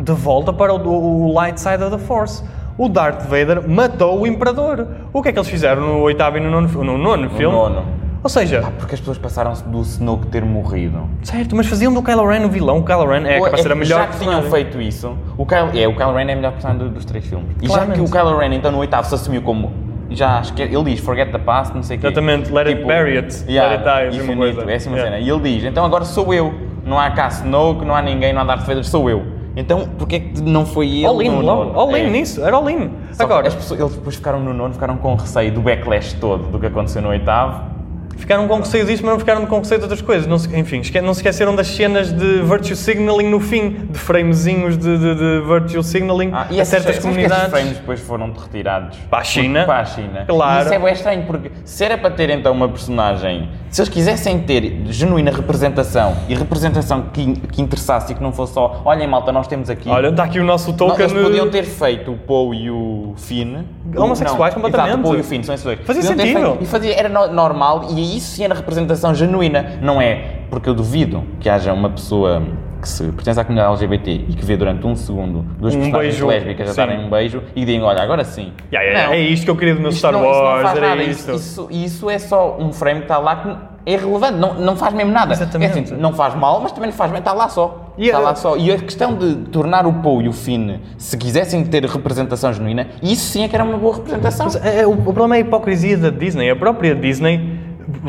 [SPEAKER 2] de volta para o, o- o Light Side of the Force. O Darth Vader matou o Imperador. O que é que eles fizeram no oitavo e no nono, fi- no nono filme?
[SPEAKER 1] nono.
[SPEAKER 2] Ou seja,
[SPEAKER 1] Porque as pessoas passaram-se do Snoke ter morrido.
[SPEAKER 2] certo, mas faziam do Kylo Ren o vilão. O Kylo Ren é
[SPEAKER 1] Ou
[SPEAKER 2] capaz de ser a
[SPEAKER 1] que
[SPEAKER 2] melhor
[SPEAKER 1] já que tinham
[SPEAKER 2] personagem.
[SPEAKER 1] feito isso, o Kylo, é, o Kylo Ren é a melhor personagem do- dos três filmes. E
[SPEAKER 2] Claramente.
[SPEAKER 1] já que o Kylo Ren, então, no oitavo se assumiu como... Já esque- ele diz, forget the past, não sei o quê. Tipo,
[SPEAKER 2] Exatamente, let it bury it, let it die, a mesma
[SPEAKER 1] infinito,
[SPEAKER 2] coisa.
[SPEAKER 1] É assim uma
[SPEAKER 2] Yeah.
[SPEAKER 1] cena. E ele diz, então agora sou eu. Não há cá Snoke, não há ninguém, não há Darth Vader, sou eu. Então, porquê que não foi ele
[SPEAKER 2] All in,
[SPEAKER 1] no
[SPEAKER 2] logo.
[SPEAKER 1] nono?
[SPEAKER 2] All in
[SPEAKER 1] É.
[SPEAKER 2] nisso, era all in.
[SPEAKER 1] Só que
[SPEAKER 2] Agora,
[SPEAKER 1] as pessoas- eles depois ficaram no nono, ficaram com receio do backlash todo do que aconteceu no oitavo.
[SPEAKER 2] Ficaram com receio disso, mas não ficaram com receio de outras coisas. Não se- enfim, esque- não se esqueceram das cenas de virtue signaling no fim, de framezinhos de, de, de virtue signaling
[SPEAKER 1] Ah,
[SPEAKER 2] a
[SPEAKER 1] esses-
[SPEAKER 2] certas
[SPEAKER 1] sabes que
[SPEAKER 2] comunidades.
[SPEAKER 1] esses frames depois foram retirados
[SPEAKER 2] Para a China.
[SPEAKER 1] para a China.
[SPEAKER 2] Claro.
[SPEAKER 1] E isso é bem estranho, porque se era para ter então uma personagem, se eles quisessem ter genuína representação e representação que, in- que interessasse e que não fosse só, olhem malta, nós temos aqui.
[SPEAKER 2] Olha, está aqui o nosso
[SPEAKER 1] Não,
[SPEAKER 2] token.
[SPEAKER 1] eles podiam ter feito o Poe e o Finn
[SPEAKER 2] Homossexuais
[SPEAKER 1] Não,
[SPEAKER 2] completamente.
[SPEAKER 1] Exato, o Poe e o Finn são esses dois.
[SPEAKER 2] Fazia
[SPEAKER 1] Podiam ter
[SPEAKER 2] sentido.
[SPEAKER 1] feito- e fazia, era no- normal e isso sim era representação genuína. Não é porque eu duvido que haja uma pessoa que se pertence à comunidade LGBT e que vê durante um segundo duas
[SPEAKER 2] Um
[SPEAKER 1] personagens
[SPEAKER 2] beijo.
[SPEAKER 1] lésbicas a
[SPEAKER 2] Sim.
[SPEAKER 1] darem um beijo e que digam, olha, agora sim.
[SPEAKER 2] Ya, ya, ya,
[SPEAKER 1] Não.
[SPEAKER 2] é isto que eu queria do meu
[SPEAKER 1] Isto
[SPEAKER 2] Star
[SPEAKER 1] não- isto não
[SPEAKER 2] Wars,
[SPEAKER 1] faz
[SPEAKER 2] era
[SPEAKER 1] nada,
[SPEAKER 2] isto.
[SPEAKER 1] Isso, isso é só um frame que está lá que é irrelevante, não, não faz mesmo nada.
[SPEAKER 2] Exatamente.
[SPEAKER 1] É assim, não faz mal, mas também não faz bem, está lá só.
[SPEAKER 2] E
[SPEAKER 1] está
[SPEAKER 2] a-
[SPEAKER 1] lá só. E a questão de tornar o Poe e o Finn, se quisessem ter representação genuína, isso sim é que era uma boa representação.
[SPEAKER 2] Mas, é, é, o, o problema é a hipocrisia da Disney. A própria Disney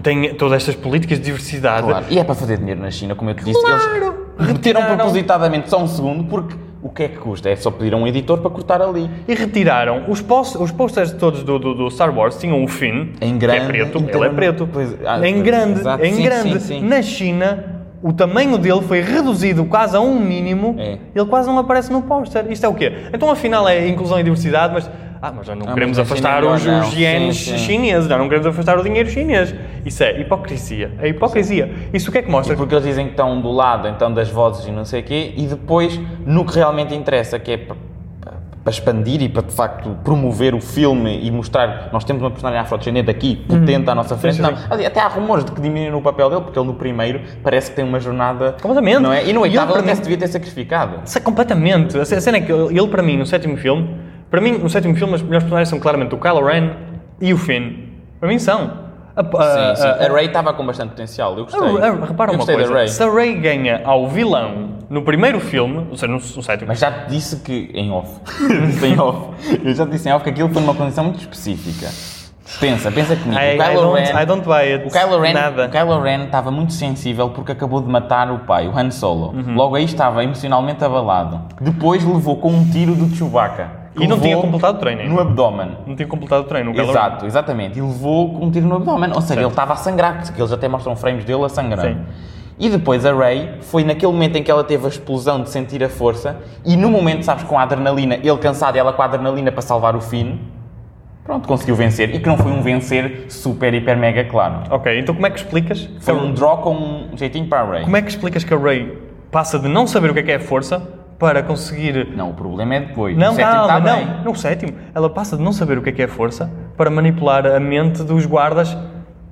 [SPEAKER 2] tem todas estas políticas de diversidade.
[SPEAKER 1] Claro. E é para fazer dinheiro na China, como eu te disse.
[SPEAKER 2] Claro!
[SPEAKER 1] Eles reteram
[SPEAKER 2] Retiraram.
[SPEAKER 1] propositadamente só um segundo, porque o que é que custa? É só pedir a um editor para cortar ali.
[SPEAKER 2] E retiraram os, pos- os posters todos do, do- do Star Wars tinham o Finn,
[SPEAKER 1] Em grande,
[SPEAKER 2] que é preto,
[SPEAKER 1] então-
[SPEAKER 2] ele é preto.
[SPEAKER 1] Pois, ah,
[SPEAKER 2] em
[SPEAKER 1] pois,
[SPEAKER 2] grande,
[SPEAKER 1] exato,
[SPEAKER 2] em
[SPEAKER 1] sim,
[SPEAKER 2] grande.
[SPEAKER 1] sim, sim.
[SPEAKER 2] Na China, o tamanho dele foi reduzido quase a um mínimo.
[SPEAKER 1] É.
[SPEAKER 2] Ele quase não aparece no póster. Isto é o quê? Então afinal é inclusão e diversidade, mas ah, mas já não
[SPEAKER 1] Ah,
[SPEAKER 2] queremos
[SPEAKER 1] mas na China
[SPEAKER 2] afastar
[SPEAKER 1] melhor
[SPEAKER 2] os,
[SPEAKER 1] não.
[SPEAKER 2] os ienes
[SPEAKER 1] Sim, sim.
[SPEAKER 2] chineses, já não queremos afastar o dinheiro chinês. Isso é hipocrisia. É hipocrisia. Isso o que é que mostra?
[SPEAKER 1] Porque eles dizem que estão do lado então das vozes e não sei o quê, e depois no que realmente interessa, que é para expandir e para de facto promover o filme e mostrar nós temos uma personagem afrodescendente aqui, potente à nossa frente.
[SPEAKER 2] Uhum. sim,
[SPEAKER 1] Não,
[SPEAKER 2] sim.
[SPEAKER 1] ali até há rumores de que diminuíram o papel dele, porque ele no primeiro parece que tem uma jornada.
[SPEAKER 2] Completamente.
[SPEAKER 1] Não é? E no
[SPEAKER 2] E ele,
[SPEAKER 1] oitavo
[SPEAKER 2] para
[SPEAKER 1] ele até
[SPEAKER 2] mim-
[SPEAKER 1] se devia ter sacrificado.
[SPEAKER 2] Sei completamente. A ce- a cena é que ele, ele, para mim, no sétimo filme, para mim, no sétimo filme, as melhores personagens são claramente o Kylo Ren e o Finn. Para mim são. A,
[SPEAKER 1] sim, sim. A, Ray estava com bastante potencial, eu gostei.
[SPEAKER 2] a- a- repara
[SPEAKER 1] eu
[SPEAKER 2] uma
[SPEAKER 1] gostei
[SPEAKER 2] coisa.
[SPEAKER 1] da Ray.
[SPEAKER 2] Se a Rey ganha ao vilão no primeiro filme, ou seja, no, no sétimo,
[SPEAKER 1] Mas já te disse que em off. Disse em off. Eu já te disse em off que aquilo foi numa condição muito específica. Pensa, pensa comigo.
[SPEAKER 2] I,
[SPEAKER 1] o
[SPEAKER 2] I
[SPEAKER 1] Kylo
[SPEAKER 2] don't,
[SPEAKER 1] Ren-
[SPEAKER 2] I don't buy it.
[SPEAKER 1] O Kylo, Ren,
[SPEAKER 2] Nada.
[SPEAKER 1] o Kylo Ren estava muito sensível porque acabou de matar o pai, o Han Solo. Logo aí estava emocionalmente abalado. Depois levou com um tiro do Chewbacca. que
[SPEAKER 2] E não tinha
[SPEAKER 1] levou
[SPEAKER 2] completado o treino.
[SPEAKER 1] No abdômen.
[SPEAKER 2] Não tinha completado o treino. O Kylo
[SPEAKER 1] Exato, exatamente. E levou com um tiro no abdômen. Ou seja, ele estava a sangrar, porque eles até mostram frames dele a sangrar.
[SPEAKER 2] Sim.
[SPEAKER 1] E depois a Rey foi naquele momento em que ela teve a explosão de sentir a força e no momento, sabes, com a adrenalina, ele cansado e ela com a adrenalina para salvar o Finn, pronto, conseguiu vencer. E que não foi um vencer super, hiper, mega claro.
[SPEAKER 2] Ren- Ok, então como é que explicas? que
[SPEAKER 1] Foi
[SPEAKER 2] a-
[SPEAKER 1] um draw com um jeitinho para a Rey.
[SPEAKER 2] Como é que explicas que a Rey passa de não saber o que é que é a força para conseguir
[SPEAKER 1] Não, o problema é depois.
[SPEAKER 2] não,
[SPEAKER 1] o sétimo
[SPEAKER 2] calma,
[SPEAKER 1] está
[SPEAKER 2] não.
[SPEAKER 1] bem.
[SPEAKER 2] No sétimo, ela passa de não saber o que é que é força para manipular a mente dos guardas.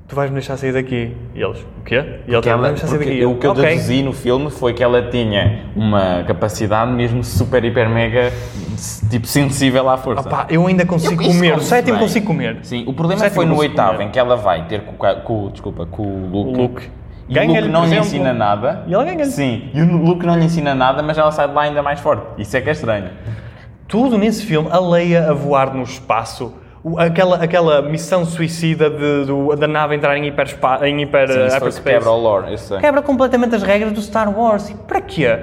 [SPEAKER 2] Tu vais me deixar sair daqui. E eles, o quê? E ela
[SPEAKER 1] Que
[SPEAKER 2] também
[SPEAKER 1] ela-
[SPEAKER 2] vai me deixar sair
[SPEAKER 1] porque
[SPEAKER 2] daqui.
[SPEAKER 1] eu- o que eu
[SPEAKER 2] Ok.
[SPEAKER 1] deduzi no filme foi que ela tinha uma capacidade mesmo super, hiper, mega, tipo, sensível à força.
[SPEAKER 2] Pá, eu ainda consigo
[SPEAKER 1] isso
[SPEAKER 2] comer. O
[SPEAKER 1] come-se
[SPEAKER 2] sétimo
[SPEAKER 1] bem.
[SPEAKER 2] consigo comer.
[SPEAKER 1] Sim, o problema
[SPEAKER 2] Sétimo
[SPEAKER 1] foi no
[SPEAKER 2] consigo
[SPEAKER 1] oitavo,
[SPEAKER 2] comer.
[SPEAKER 1] em que ela vai ter com, o ca- com o- desculpa, com o Luke.
[SPEAKER 2] O Luke.
[SPEAKER 1] E o
[SPEAKER 2] Ganha-lhe,
[SPEAKER 1] Luke não
[SPEAKER 2] por
[SPEAKER 1] lhe
[SPEAKER 2] exemplo.
[SPEAKER 1] ensina nada.
[SPEAKER 2] E ela ganha-lhe.
[SPEAKER 1] Sim, e o Luke não lhe ensina nada, mas ela sai de lá ainda mais forte. Isso é que é estranho.
[SPEAKER 2] Tudo nesse filme, a Leia a voar no espaço, o- aquela, aquela missão suicida de- do- da nave entrar em hiper, em hiper
[SPEAKER 1] Sim, isso foi o que
[SPEAKER 2] hyperspace.
[SPEAKER 1] quebra o lore, eu sei.
[SPEAKER 2] Quebra completamente as regras do Star Wars. E para quê?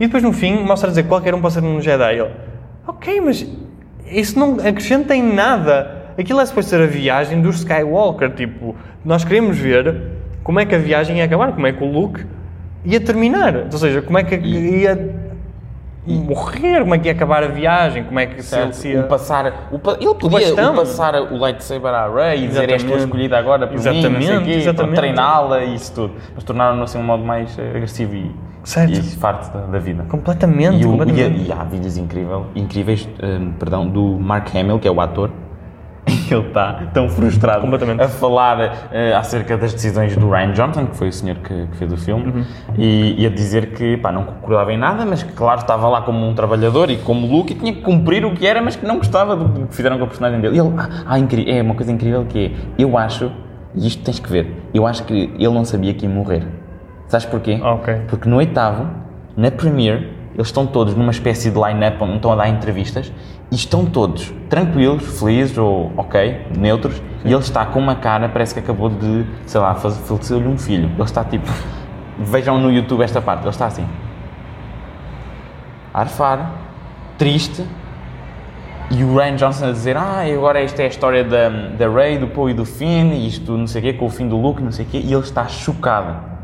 [SPEAKER 2] E depois no fim mostra a dizer que qualquer um pode ser um Jedi. Ele, ok, mas isso não acrescenta em nada. Aquilo é suposto ser a viagem do Skywalker. Tipo, nós queremos ver como é que a viagem ia acabar, como é que o Luke ia terminar. Ou seja, como é que ia morrer, como é que ia acabar a viagem, como é que se ele
[SPEAKER 1] Certo,
[SPEAKER 2] se ia...
[SPEAKER 1] o passar, o, pa- ele podia
[SPEAKER 2] bastão.
[SPEAKER 1] o passar o lightsaber à Rey e dizer és tu a
[SPEAKER 2] Exatamente.
[SPEAKER 1] escolhida agora por mim, não sei o
[SPEAKER 2] Exatamente,
[SPEAKER 1] quê,
[SPEAKER 2] exatamente.
[SPEAKER 1] para treiná-la e isso tudo. Mas tornaram-no assim um modo mais eh, agressivo e,
[SPEAKER 2] Certo.
[SPEAKER 1] e farto da, da vida.
[SPEAKER 2] Completamente,
[SPEAKER 1] E, o, e,
[SPEAKER 2] completamente.
[SPEAKER 1] e há vídeos incrível, incríveis hum, perdão, do Mark Hamill, que é o ator. Ele está tão frustrado
[SPEAKER 2] Completamente.
[SPEAKER 1] a falar eh, acerca das decisões do Ryan Johnson, que foi o senhor que, que fez o filme,
[SPEAKER 2] Uhum.
[SPEAKER 1] e, e a dizer que pá, não concordava em nada, mas que, claro, estava lá como um trabalhador e como Luke e tinha que cumprir o que era, mas que não gostava do, do que fizeram com o personagem dele. E ele, ah, ah, incri- é uma coisa incrível que é: eu acho, e isto tens que ver, eu acho que ele não sabia que ia morrer. Sabes porquê?
[SPEAKER 2] Ok.
[SPEAKER 1] Porque no oitavo, na premiere, eles estão todos numa espécie de line-up onde estão a dar entrevistas e estão todos tranquilos, felizes ou ok, neutros. E ele está com uma cara, parece que acabou de, sei lá, faz- faleceu-lhe um filho. Ele está tipo, vejam no YouTube esta parte, ele está assim, a arfar, triste. E o Ryan Johnson a dizer, ah, e agora esta é a história da, da Ray, do Poe e do Finn, e isto não sei o quê, com o fim do Luke, não sei o quê, e ele está chocado.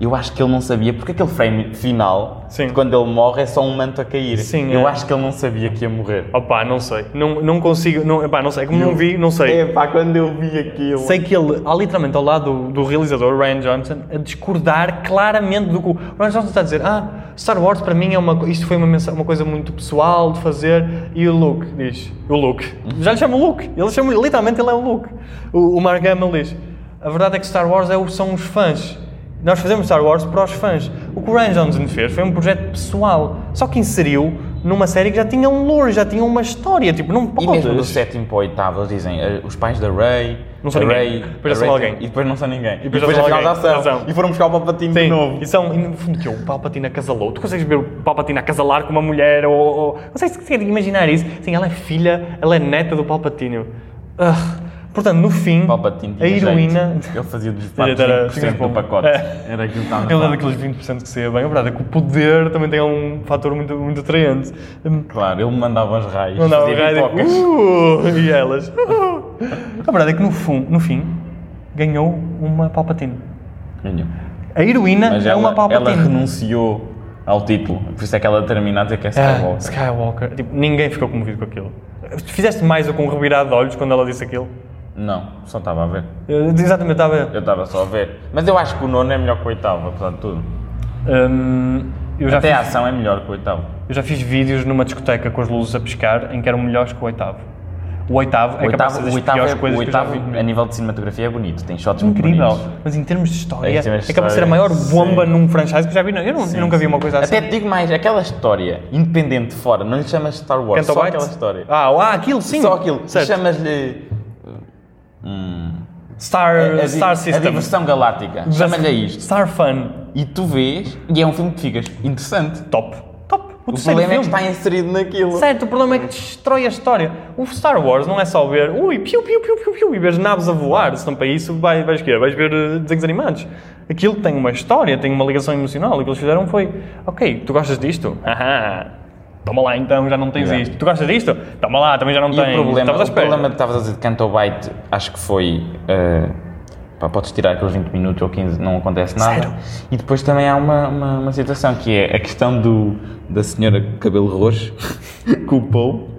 [SPEAKER 1] Eu acho que ele não sabia, porque aquele frame final,
[SPEAKER 2] Sim.
[SPEAKER 1] de quando ele morre, é só um manto a cair.
[SPEAKER 2] Sim,
[SPEAKER 1] eu
[SPEAKER 2] é.
[SPEAKER 1] acho que ele não sabia que ia morrer.
[SPEAKER 2] Opá, não sei. Não, não consigo... Não, epá, não sei. Como não vi, não sei.
[SPEAKER 1] É pá, quando eu vi aquilo.
[SPEAKER 2] Sei que ele, há literalmente ao lado do, do realizador, Ryan Johnson, a discordar claramente do que o o Ryan Johnson está a dizer. Ah, Star Wars para mim é uma, co- isto foi uma, mensa- uma coisa muito pessoal de fazer. E o Luke diz: O Luke. Já lhe chama o Luke. Ele chama, literalmente ele é o Luke. O, o Mark Hamill diz: A verdade é que Star Wars é o- são os fãs. Nós fazemos Star Wars para os fãs. O que o Ryan Johnson fez foi um projeto pessoal, só que inseriu numa série que já tinha um lore, já tinha uma história. Tipo, não
[SPEAKER 1] E
[SPEAKER 2] podes.
[SPEAKER 1] mesmo do sétimo para o oitavo, eles dizem, "Ah, os pais da Ray,
[SPEAKER 2] Não são
[SPEAKER 1] a
[SPEAKER 2] ninguém.
[SPEAKER 1] Ray,
[SPEAKER 2] Depois
[SPEAKER 1] a
[SPEAKER 2] são
[SPEAKER 1] Ray
[SPEAKER 2] alguém.
[SPEAKER 1] tem- E depois não são ninguém. E
[SPEAKER 2] depois
[SPEAKER 1] depois,
[SPEAKER 2] já são
[SPEAKER 1] afinal
[SPEAKER 2] alguém.
[SPEAKER 1] já são.
[SPEAKER 2] Razão.
[SPEAKER 1] E foram buscar o Palpatine de
[SPEAKER 2] Sim,
[SPEAKER 1] novo.
[SPEAKER 2] E são, e no fundo, que é o Palpatine acasalou. Tu consegues ver o Palpatine acasalar com uma mulher ou... ou consegues, consegues imaginar isso? Sim, ela é filha, ela é neta do Palpatine. Ugh. Portanto, no fim,
[SPEAKER 1] Palpatine
[SPEAKER 2] a
[SPEAKER 1] tinha
[SPEAKER 2] heroína...
[SPEAKER 1] jeito. Ele fazia dos pratos
[SPEAKER 2] Ele era-
[SPEAKER 1] 5% do pacote.
[SPEAKER 2] É.
[SPEAKER 1] um Era aquilo que estava na
[SPEAKER 2] Ele é
[SPEAKER 1] fala.
[SPEAKER 2] daqueles 20% que se é bem. A verdade é que o poder também tem um fator muito, muito atraente. Hum,
[SPEAKER 1] Claro, ele mandava os raios.
[SPEAKER 2] Mandava o
[SPEAKER 1] fazia
[SPEAKER 2] rádio
[SPEAKER 1] pipocas.
[SPEAKER 2] uh, e elas. uh. A verdade é que no, fun, no fim ganhou uma Palpatine.
[SPEAKER 1] Nenhum.
[SPEAKER 2] A heroína
[SPEAKER 1] Mas
[SPEAKER 2] é
[SPEAKER 1] ela,
[SPEAKER 2] uma Palpatine.
[SPEAKER 1] ela renunciou ao título. Por isso é que ela termina a dizer que é
[SPEAKER 2] Ah,
[SPEAKER 1] Skywalker.
[SPEAKER 2] Skywalker. Tipo, ninguém ficou comovido com aquilo. Fizeste mais ou com um revirado de olhos quando ela disse aquilo?
[SPEAKER 1] Não, só estava a ver.
[SPEAKER 2] Eu- exatamente, estava.
[SPEAKER 1] Eu estava só a ver. Mas eu acho que o nono é melhor que o oitavo, apesar de tudo.
[SPEAKER 2] Hum, eu, já
[SPEAKER 1] Até a
[SPEAKER 2] fiz,
[SPEAKER 1] ação é melhor que o oitavo.
[SPEAKER 2] eu já fiz vídeos numa discoteca com as luzes a piscar em que eram melhores que o oitavo. O oitavo
[SPEAKER 1] O
[SPEAKER 2] é
[SPEAKER 1] oitavo, o
[SPEAKER 2] capaz de ser das
[SPEAKER 1] oitavo
[SPEAKER 2] piores
[SPEAKER 1] é-
[SPEAKER 2] coisas
[SPEAKER 1] o
[SPEAKER 2] que eu já
[SPEAKER 1] oitavo,
[SPEAKER 2] vi.
[SPEAKER 1] a nível de cinematografia, é bonito. Tem shots muito
[SPEAKER 2] Incrível,
[SPEAKER 1] bonitos.
[SPEAKER 2] mas em termos de história,
[SPEAKER 1] Em termos de
[SPEAKER 2] é capaz de ser
[SPEAKER 1] história,
[SPEAKER 2] a maior bomba
[SPEAKER 1] sim.
[SPEAKER 2] num franchise que eu já vi. Não, eu, não- eu nunca vi uma coisa assim.
[SPEAKER 1] Até te digo mais, aquela história, independente de fora, não lhe chamas Star Wars,
[SPEAKER 2] Canto
[SPEAKER 1] só
[SPEAKER 2] Bites?
[SPEAKER 1] aquela história.
[SPEAKER 2] Ah, ah, aquilo sim.
[SPEAKER 1] Só aquilo.
[SPEAKER 2] Certo.
[SPEAKER 1] Chamas-lhe
[SPEAKER 2] Star,
[SPEAKER 1] a, é- di-
[SPEAKER 2] Star
[SPEAKER 1] a
[SPEAKER 2] System.
[SPEAKER 1] diversão galáctica. Chama-lhe a isto.
[SPEAKER 2] Star Fun.
[SPEAKER 1] E tu vês, e é um filme que ficas interessante.
[SPEAKER 2] Top. Top.
[SPEAKER 1] O
[SPEAKER 2] terceiro
[SPEAKER 1] problema é que
[SPEAKER 2] filme.
[SPEAKER 1] está inserido naquilo.
[SPEAKER 2] Certo, o problema é que destrói a história. O Star Wars não é só ver, ui, piu, piu, piu, piu, piu, e ver naves a voar. Se não para isso, vai, vais, quê? vais ver eh, desenhos animados. Aquilo tem uma história, tem uma ligação emocional. O que eles fizeram foi, ok, tu gostas disto? Ahá. Toma lá então, já não tens
[SPEAKER 1] Exato.
[SPEAKER 2] isto. Tu gostas disto? Toma lá, também já não
[SPEAKER 1] E
[SPEAKER 2] tens.
[SPEAKER 1] o problema,
[SPEAKER 2] Estavas à
[SPEAKER 1] o
[SPEAKER 2] espera.
[SPEAKER 1] problema que estavas a dizer de Canto Bite, acho que foi. eh, pá, podes tirar aqueles 20 minutos ou 15, não acontece nada.
[SPEAKER 2] Sério?
[SPEAKER 1] E depois também há uma, uma, uma situação que é a questão do, da senhora com cabelo roxo, com o Paul,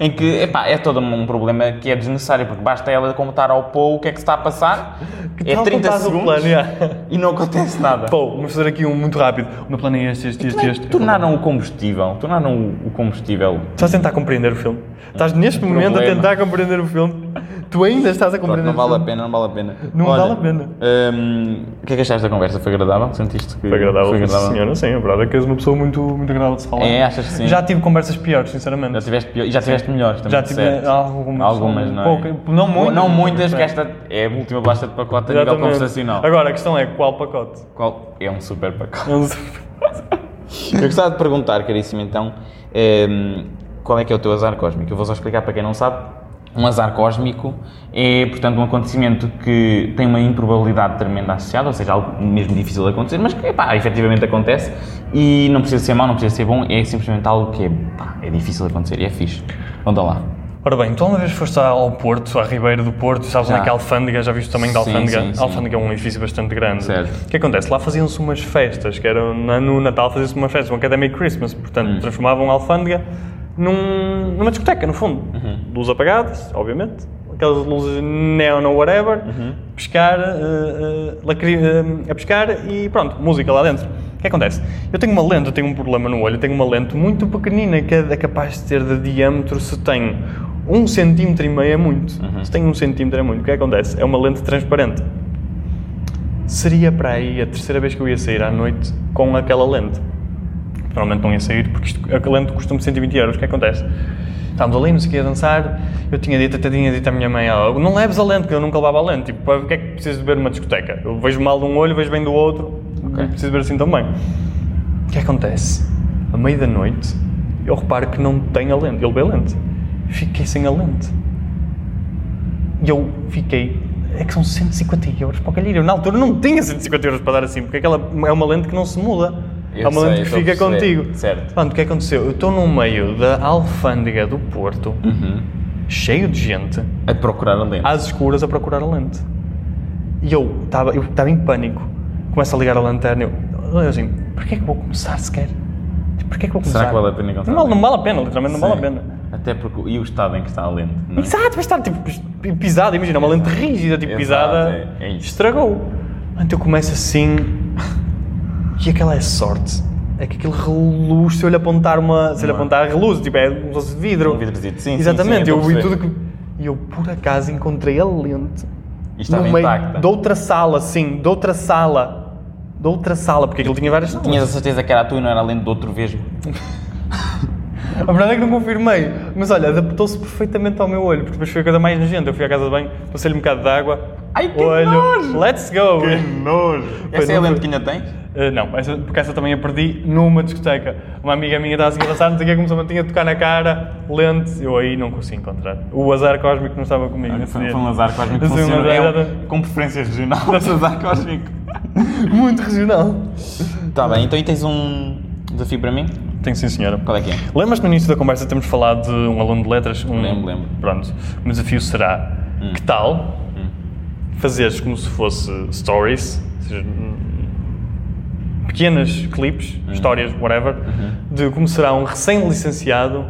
[SPEAKER 1] em que epá, é todo um problema que é desnecessário, porque basta ela computar ao Pou o que é que se está a passar,
[SPEAKER 2] Que
[SPEAKER 1] é
[SPEAKER 2] tal
[SPEAKER 1] 30
[SPEAKER 2] compás o
[SPEAKER 1] segundos
[SPEAKER 2] plano, yeah.
[SPEAKER 1] e não acontece nada.
[SPEAKER 2] Pô, vamos fazer aqui um muito rápido. O meu plano é este, este, este,
[SPEAKER 1] Como é
[SPEAKER 2] este.
[SPEAKER 1] que tornaram o combustível, tornaram o- o combustível
[SPEAKER 2] Estás a tentar compreender o filme. Estás neste momento a
[SPEAKER 1] Problema.
[SPEAKER 2] tentar compreender o filme. Tu ainda estás a
[SPEAKER 1] Pronto,
[SPEAKER 2] compreender
[SPEAKER 1] não
[SPEAKER 2] o
[SPEAKER 1] vale a
[SPEAKER 2] filme.
[SPEAKER 1] pena, não vale a pena.
[SPEAKER 2] Não vale a pena.
[SPEAKER 1] hum, o que é que achaste da conversa? Foi agradável? Sentiste que
[SPEAKER 2] Foi agradável, foi senhora, Tipo, sim. A verdade é que és uma pessoa muito, muito agradável de se falar.
[SPEAKER 1] É, achas que sim?
[SPEAKER 2] Já tive conversas piores, sinceramente.
[SPEAKER 1] Já tiveste, pior, e já tiveste melhores também,
[SPEAKER 2] Já tive
[SPEAKER 1] certo?
[SPEAKER 2] algumas-
[SPEAKER 1] Algumas, não é?
[SPEAKER 2] pouca- não muitas.
[SPEAKER 1] Não muitas, que esta é a última basta de pacote a nível
[SPEAKER 2] Exatamente.
[SPEAKER 1] conversacional.
[SPEAKER 2] Agora, a questão é qual pacote?
[SPEAKER 1] Qual é um super pacote.
[SPEAKER 2] Não sei.
[SPEAKER 1] Eu gostava de perguntar, caríssimo, então, hum, qual é que é o teu azar cósmico? Eu vou só explicar para quem não sabe. Um azar cósmico é, portanto, um acontecimento que tem uma improbabilidade tremenda associada, ou seja, algo mesmo difícil de acontecer, mas que, epá, efetivamente acontece e não precisa ser mau, não precisa ser bom, é simplesmente algo que é, pá, é difícil de acontecer e é fixe. Conta lá.
[SPEAKER 2] Ora bem, tu uma vez foste ao Porto, à Ribeira do Porto, sabes
[SPEAKER 1] Já.
[SPEAKER 2] onde é que é a Alfândega, já viste também da
[SPEAKER 1] Sim,
[SPEAKER 2] Alfândega?
[SPEAKER 1] sim, sim.
[SPEAKER 2] A Alfândega é um edifício bastante grande.
[SPEAKER 1] Certo.
[SPEAKER 2] O que acontece? Lá faziam-se umas festas, que era na- no Natal fazia-se uma festa, um Academic Christmas, portanto transformavam a Alfândega num- numa discoteca, no fundo. Luz apagadas, obviamente, aquelas luzes neon ou whatever, pescar, eh, eh, lacri- eh, a pescar e pronto, música lá dentro. O que acontece? Eu tenho uma lente, eu tenho um problema no olho, eu tenho uma lente muito pequenina que é capaz de ter de diâmetro se tem um centímetro e meio é muito. Se tem um centímetro é muito. O que acontece? É uma lente transparente. Seria para aí a terceira vez que eu ia sair à noite com aquela lente. Normalmente não ia sair porque isto, a lente custa-me 120 euros. O que acontece? Estávamos ali, não sei o que, a dançar. Eu tinha dito, até tinha dito à minha mãe algo. Não leves a lente, porque eu nunca levava a lente. Tipo, para o que é que precisas de ver numa discoteca? Eu vejo mal de um olho, vejo bem do outro.
[SPEAKER 1] Ok.
[SPEAKER 2] Não preciso ver assim também. O que acontece? A meio da noite, eu reparo que não tenho a lente. Eu levei a lente. Fiquei sem a lente. E eu fiquei. É que são 150 euros para o calheiro. Eu, na altura não tinha 150 euros para dar assim, porque aquela é uma lente que não se muda.
[SPEAKER 1] Eu
[SPEAKER 2] é uma
[SPEAKER 1] sei,
[SPEAKER 2] lente que
[SPEAKER 1] estou a
[SPEAKER 2] fica
[SPEAKER 1] perceber.
[SPEAKER 2] contigo.
[SPEAKER 1] Certo.
[SPEAKER 2] Pronto, o que aconteceu? Eu estou no meio da alfândega do Porto,
[SPEAKER 1] Hum. Uhum.
[SPEAKER 2] cheio de gente,
[SPEAKER 1] A procurar a lente.
[SPEAKER 2] às escuras a procurar a lente. E eu estava eu estava em pânico. Começo a ligar a lanterna. Eu, eu assim, porquê é que eu vou começar sequer? Porquê é que eu vou começar?
[SPEAKER 1] Será que vale a pena encontrar?
[SPEAKER 2] Não vale, não vale a pena, literalmente não vale a
[SPEAKER 1] Sim.
[SPEAKER 2] pena.
[SPEAKER 1] Até porque. E o estado em que está a lente? não é?
[SPEAKER 2] Exato, vai estar tipo pis- pisada, imagina, uma lente rígida, tipo
[SPEAKER 1] Exato,
[SPEAKER 2] pisada,
[SPEAKER 1] é- é isso.
[SPEAKER 2] estragou. Então começa assim, e aquela é sorte, é que aquilo reluz, se eu lhe apontar uma, se eu lhe apontar reluz, tipo é um doce de vidro.
[SPEAKER 1] Um vidrozito, sim, sim,
[SPEAKER 2] Exatamente,
[SPEAKER 1] sim, eu estou
[SPEAKER 2] eu
[SPEAKER 1] a
[SPEAKER 2] vi tudo que... E eu por acaso encontrei a lente
[SPEAKER 1] E estava
[SPEAKER 2] no meio
[SPEAKER 1] intacta.
[SPEAKER 2] de outra sala, sim, de outra sala, de outra sala, porque aquilo tinha várias salas.
[SPEAKER 1] Tinhas a certeza que era a tua e não era a lente do outro vesgo?
[SPEAKER 2] A verdade é que não confirmei, mas olha, adaptou-se perfeitamente ao meu olho, porque depois foi a coisa mais nojenta. Eu fui à casa de banho, passei-lhe um bocado de água,
[SPEAKER 1] Ai, que
[SPEAKER 2] olho,
[SPEAKER 1] nojo!
[SPEAKER 2] let's go!
[SPEAKER 1] nojo! Essa
[SPEAKER 2] Foi,
[SPEAKER 1] é a
[SPEAKER 2] não
[SPEAKER 1] lente
[SPEAKER 2] foi.
[SPEAKER 1] que ainda tens?
[SPEAKER 2] Eh, não, essa, porque essa também a perdi numa discoteca. Uma amiga minha estava assim a dançar, não sei o que, começou-me a tinha de tocar na cara, lente, eu aí não consegui encontrar. O azar cósmico não estava comigo. nesse
[SPEAKER 1] Foi,
[SPEAKER 2] dia.
[SPEAKER 1] foi um azar cósmico que
[SPEAKER 2] Foi um
[SPEAKER 1] funcionou.
[SPEAKER 2] azar-
[SPEAKER 1] É um- com preferências regionais, um azar cósmico.
[SPEAKER 2] Muito regional.
[SPEAKER 1] Tá bem, então e tens um desafio para mim?
[SPEAKER 2] Tenho sim, senhora.
[SPEAKER 1] Qual é que é?
[SPEAKER 2] Lembras-te no início da conversa temos falado de um aluno de letras? Um,
[SPEAKER 1] Lembro, lembro. Hum.
[SPEAKER 2] Pronto. O meu desafio será, que tal fazeres como se fosse stories, ou seja, hum, pequenas clipes,
[SPEAKER 1] Hum.
[SPEAKER 2] histórias, whatever,
[SPEAKER 1] Uhum.
[SPEAKER 2] de como será um recém-licenciado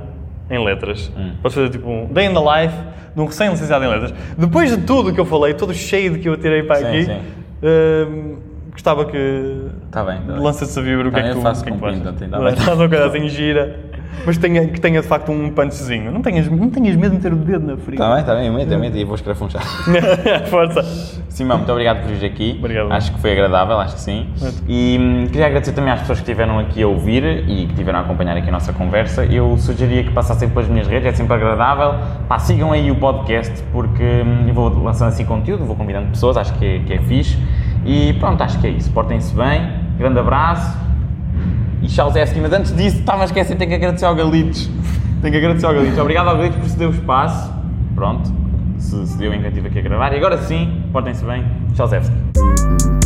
[SPEAKER 2] em letras.
[SPEAKER 1] Hum.
[SPEAKER 2] Podes fazer tipo um day in the life de um recém-licenciado em letras. Depois de tudo o que eu falei, todo cheio de que eu tirei para
[SPEAKER 1] Sim,
[SPEAKER 2] aqui,
[SPEAKER 1] sim.
[SPEAKER 2] hum, gostava que
[SPEAKER 1] Tá bem, tá bem.
[SPEAKER 2] lança-te a vibra o que
[SPEAKER 1] Tá,
[SPEAKER 2] é que
[SPEAKER 1] eu
[SPEAKER 2] tu
[SPEAKER 1] faço
[SPEAKER 2] o que é
[SPEAKER 1] com
[SPEAKER 2] que tu achas?
[SPEAKER 1] pinta, tem, dá bem.
[SPEAKER 2] Faz uma coisa assim gira, mas tenha, que tenha de facto um punchzinho. Não tenhas, não tenhas medo de ter o dedo na frente.
[SPEAKER 1] Tá bem, tá bem, mete, mete e vou um escrafunchar.
[SPEAKER 2] Força.
[SPEAKER 1] Simão, muito obrigado por vir aqui.
[SPEAKER 2] Obrigado.
[SPEAKER 1] Acho que foi agradável, acho que sim. E hum, queria agradecer também às pessoas que estiveram aqui a ouvir e que estiveram a acompanhar aqui a nossa conversa. Eu sugeria que passassem pelas minhas redes, é sempre agradável. Pá, sigam aí o podcast porque hum, eu vou lançando assim conteúdo, vou convidando pessoas, acho que é, que é fixe. E pronto, acho que é isso. Portem-se bem, grande abraço e Chalzewski. Mas antes disso, estava a esquecer, tenho que agradecer ao Galitos. Tenho que agradecer ao Galitos. Obrigado ao Galitos por ceder o espaço. Pronto, se, se deu enquanto estive aqui a gravar. E agora sim, portem-se bem, Chalzewski.